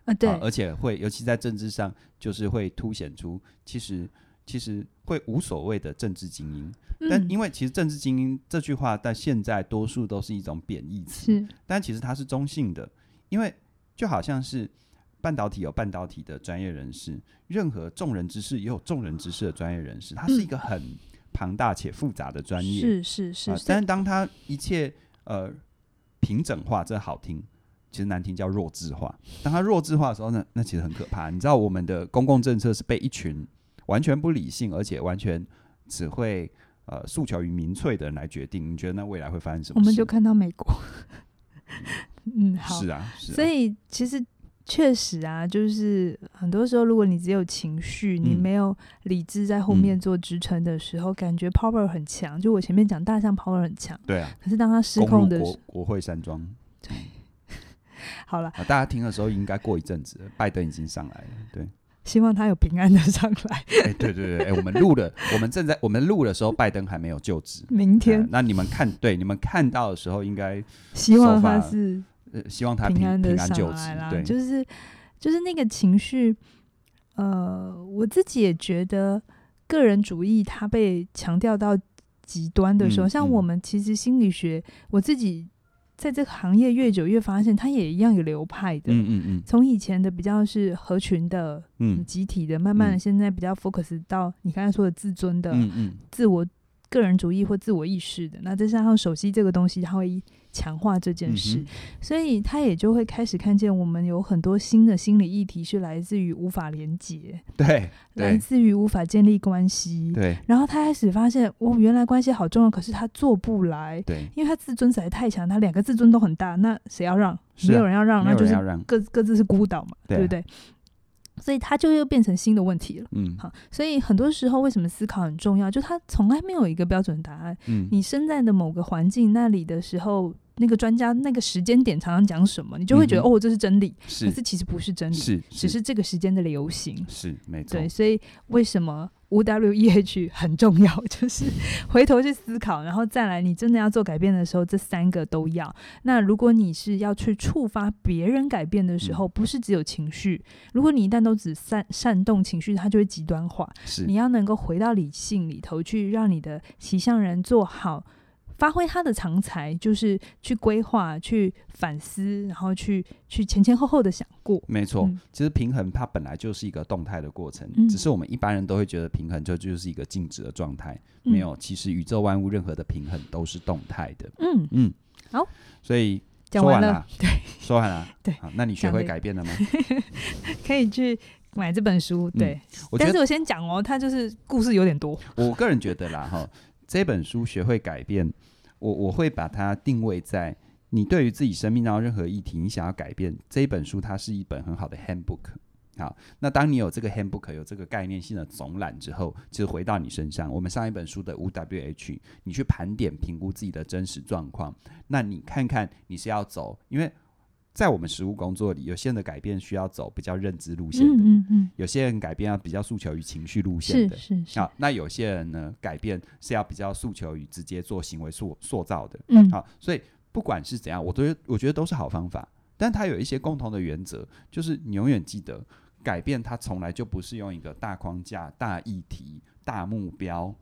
Speaker 2: 啊，对
Speaker 1: 啊，而且会尤其在政治上，就是会凸显出其实其实会无所谓的政治精英，但
Speaker 2: 嗯
Speaker 1: 因为其实政治精英这句话在现在多数都是一种贬义词，
Speaker 2: 是
Speaker 1: 但其实它是中性的，因为就好像是半导体有半导体的专业人士，任何众人之事也有众人之事的专业人士，它是一个很庞大且复杂的专业。
Speaker 2: 嗯是是是
Speaker 1: 啊，
Speaker 2: 所以
Speaker 1: 但是当它一切呃平整化，这好听，其实难听叫弱智化。当它弱智化的时候呢，那其实很可怕。你知道我们的公共政策是被一群完全不理性，而且完全只会呃诉求于民粹的人来决定。你觉得那未来会发生什么
Speaker 2: 我
Speaker 1: 事？
Speaker 2: 们就看到美国， 嗯，好，
Speaker 1: 是啊，是啊，
Speaker 2: 所以其实确实啊，就是很多时候，如果你只有情绪，你
Speaker 1: 嗯
Speaker 2: 没有理智在后面做支撑的时候，感觉 power 很强。就我前面讲大象 power 很强，
Speaker 1: 对啊，
Speaker 2: 可是当它失
Speaker 1: 攻
Speaker 2: 控
Speaker 1: 入
Speaker 2: 的时
Speaker 1: 国国会山庄
Speaker 2: 好了，
Speaker 1: 啊，大家听的时候应该过一阵子了，拜登已经上来了，对，
Speaker 2: 希望它有平安的上来。
Speaker 1: 哎、对对对，哎、我们录了，我们正在我们录的时候，拜登还没有就职。
Speaker 2: 明天
Speaker 1: 哎那你们看，对你们看到的时候，应该
Speaker 2: 希望它
Speaker 1: 手法
Speaker 2: 是
Speaker 1: 呃希望他平
Speaker 2: 平安的
Speaker 1: 平安就
Speaker 2: 上
Speaker 1: 职
Speaker 2: 来，啦，
Speaker 1: 对，
Speaker 2: 就是就是那个情绪，呃，我自己也觉得个人主义它被强调到极端的时候，
Speaker 1: 嗯
Speaker 2: 像
Speaker 1: 嗯
Speaker 2: 我们其实心理学，我自己在这个行业越久越发现，它也一样有流派的。
Speaker 1: 嗯嗯嗯
Speaker 2: 从以前的比较是合群的、
Speaker 1: 嗯
Speaker 2: 集体的，慢慢的
Speaker 1: 嗯
Speaker 2: 现在比较 focus 到你刚才说的自尊的、
Speaker 1: 嗯嗯，
Speaker 2: 自我个人主义或自我意识的。那再加上手机这个东西，它会强化这件
Speaker 1: 嗯
Speaker 2: 事。
Speaker 1: 哼
Speaker 2: 所以他也就会开始看见我们有很多新的心理议题是来自于无法连接，
Speaker 1: 对
Speaker 2: 来
Speaker 1: 对
Speaker 2: 自于无法建立关系。
Speaker 1: 对
Speaker 2: 然后他开始发现，哦，原来关系好重要，可是他做不来，
Speaker 1: 对，
Speaker 2: 因为他自尊实在太强，他两个自尊都很大，那谁要让？
Speaker 1: 是啊
Speaker 2: 没有人要让，
Speaker 1: 没
Speaker 2: 那
Speaker 1: 有
Speaker 2: 嗯就
Speaker 1: 人
Speaker 2: 是
Speaker 1: 要让，
Speaker 2: 各各自是孤岛嘛，
Speaker 1: 对啊
Speaker 2: 不对？所以他就又变成新的问题了。
Speaker 1: 嗯
Speaker 2: 好，所以很多时候为什么思考很重要，就他从来没有一个标准答案。
Speaker 1: 嗯，
Speaker 2: 你身在的某个环境那里的时候，那个专家那个时间点常常讲什么，你就会觉得、
Speaker 1: 嗯哼
Speaker 2: 哦，这是真理，可
Speaker 1: 是
Speaker 2: 是其实不是真理，
Speaker 1: 是
Speaker 2: 只是这个时间的流行。
Speaker 1: 是没错
Speaker 2: 对，，所以为什么 O W E H 很重要， 就是回头去思考，然后再来，你真的要做改变的时候，这三个都要。那如果你是要去触发别人改变的
Speaker 1: 嗯
Speaker 2: 时候，不是只有情绪，如果你一旦都只煽煽动情绪，它就会极端化。
Speaker 1: 是
Speaker 2: 你要能够回到理性里头去，让你的骑象人做好，发挥他的长才，就是去规划、去反思，然后去去前前后后的想过。
Speaker 1: 没错，
Speaker 2: 嗯
Speaker 1: 其实平衡它本来就是一个动态的过程，
Speaker 2: 嗯
Speaker 1: 只是我们一般人都会觉得平衡就就是一个静止的状态，
Speaker 2: 嗯
Speaker 1: 没有，其实宇宙万物任何的平衡都是动态的，
Speaker 2: 嗯，
Speaker 1: 嗯，
Speaker 2: 好，
Speaker 1: 所以
Speaker 2: 讲
Speaker 1: 说
Speaker 2: 完
Speaker 1: 了
Speaker 2: 了，，对，
Speaker 1: 说完了，
Speaker 2: 对
Speaker 1: 好，那你学
Speaker 2: 讲
Speaker 1: 会
Speaker 2: 得
Speaker 1: 改变 了吗？
Speaker 2: 可以去买这本书。
Speaker 1: 嗯
Speaker 2: 对，
Speaker 1: 我觉
Speaker 2: 但
Speaker 1: 得
Speaker 2: 是我先讲哦，它就是故事有点多。
Speaker 1: 我个人觉得啦，哈，这本书《学会改变》，我我会把它定位在你对于自己生命当中任何议题，你想要改变这一本书，它是一本很好的 handbook。好，那当你有这个 handbook 有这个概念性的总览之后，就回到你身上。我们上一本书的 5WH，你去盘点评估自己的真实状况，那你看看你是要走，因为在我们实务工作里，有些人的改变需要走比较认知路线的，
Speaker 2: 嗯嗯，
Speaker 1: 有些人改变要比较诉求于情绪路线
Speaker 2: 是
Speaker 1: 的，
Speaker 2: 是是，
Speaker 1: 好，那有些人呢，改变是要比较诉求于直接做行为塑塑造的。
Speaker 2: 嗯
Speaker 1: 好，所以不管是怎样，我都觉得我觉得都是好方法，但它有一些共同的原则，就是你永远记得，改变它从来就不是用一个大框架、大议题、大目标、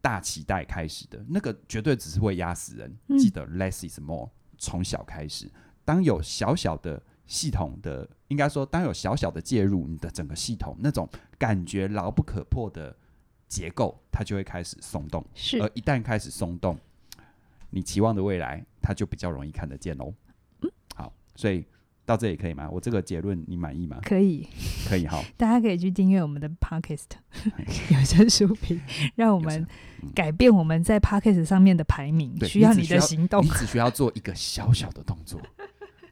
Speaker 1: 大期待开始的，那个绝对只是会压死人。
Speaker 2: 嗯
Speaker 1: 记得 less is more，从小开始，当有小小的。系统的应该说，当有小小的介入，你的整个系统那种感觉牢不可破的结构，它就会开始松动。
Speaker 2: 是？
Speaker 1: 呃而一旦开始松动，你期望的未来，它就比较容易看得见哦。好，所以到这里可以吗？我这个结论你满意吗
Speaker 2: 可以，
Speaker 1: 可以哈。
Speaker 2: 大家可以去订阅我们的 podcast 有声书评，让我
Speaker 1: 有声
Speaker 2: 们
Speaker 1: 嗯
Speaker 2: 改变我们在 podcast 上面的排名，
Speaker 1: 对
Speaker 2: 需
Speaker 1: 你
Speaker 2: 要
Speaker 1: 只
Speaker 2: 你
Speaker 1: 需
Speaker 2: 的
Speaker 1: 要
Speaker 2: 行动
Speaker 1: 你。只需要做一个小小的动作，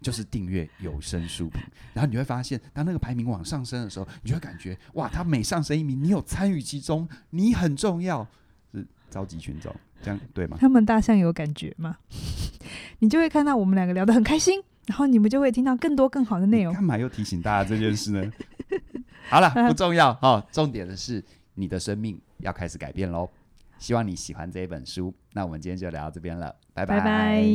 Speaker 1: 就是订阅有声书评，然后你会发现，当那个排名往上升的时候，你就会感觉哇，它每上升一名，你有参与其中，你很重要，是召集群众，这样对吗？
Speaker 2: 他们大象有感觉吗？ 你就会看到我们两个聊得很开心，然后你们就会听到更多更好的内
Speaker 1: 你
Speaker 2: 容。
Speaker 1: 干嘛又提醒大家这件事呢？ 好 了，不重要哦，重点的是你的生命要开始改变喽。希望你喜欢这一本书。那我们今天就聊到这边了，拜
Speaker 2: 拜拜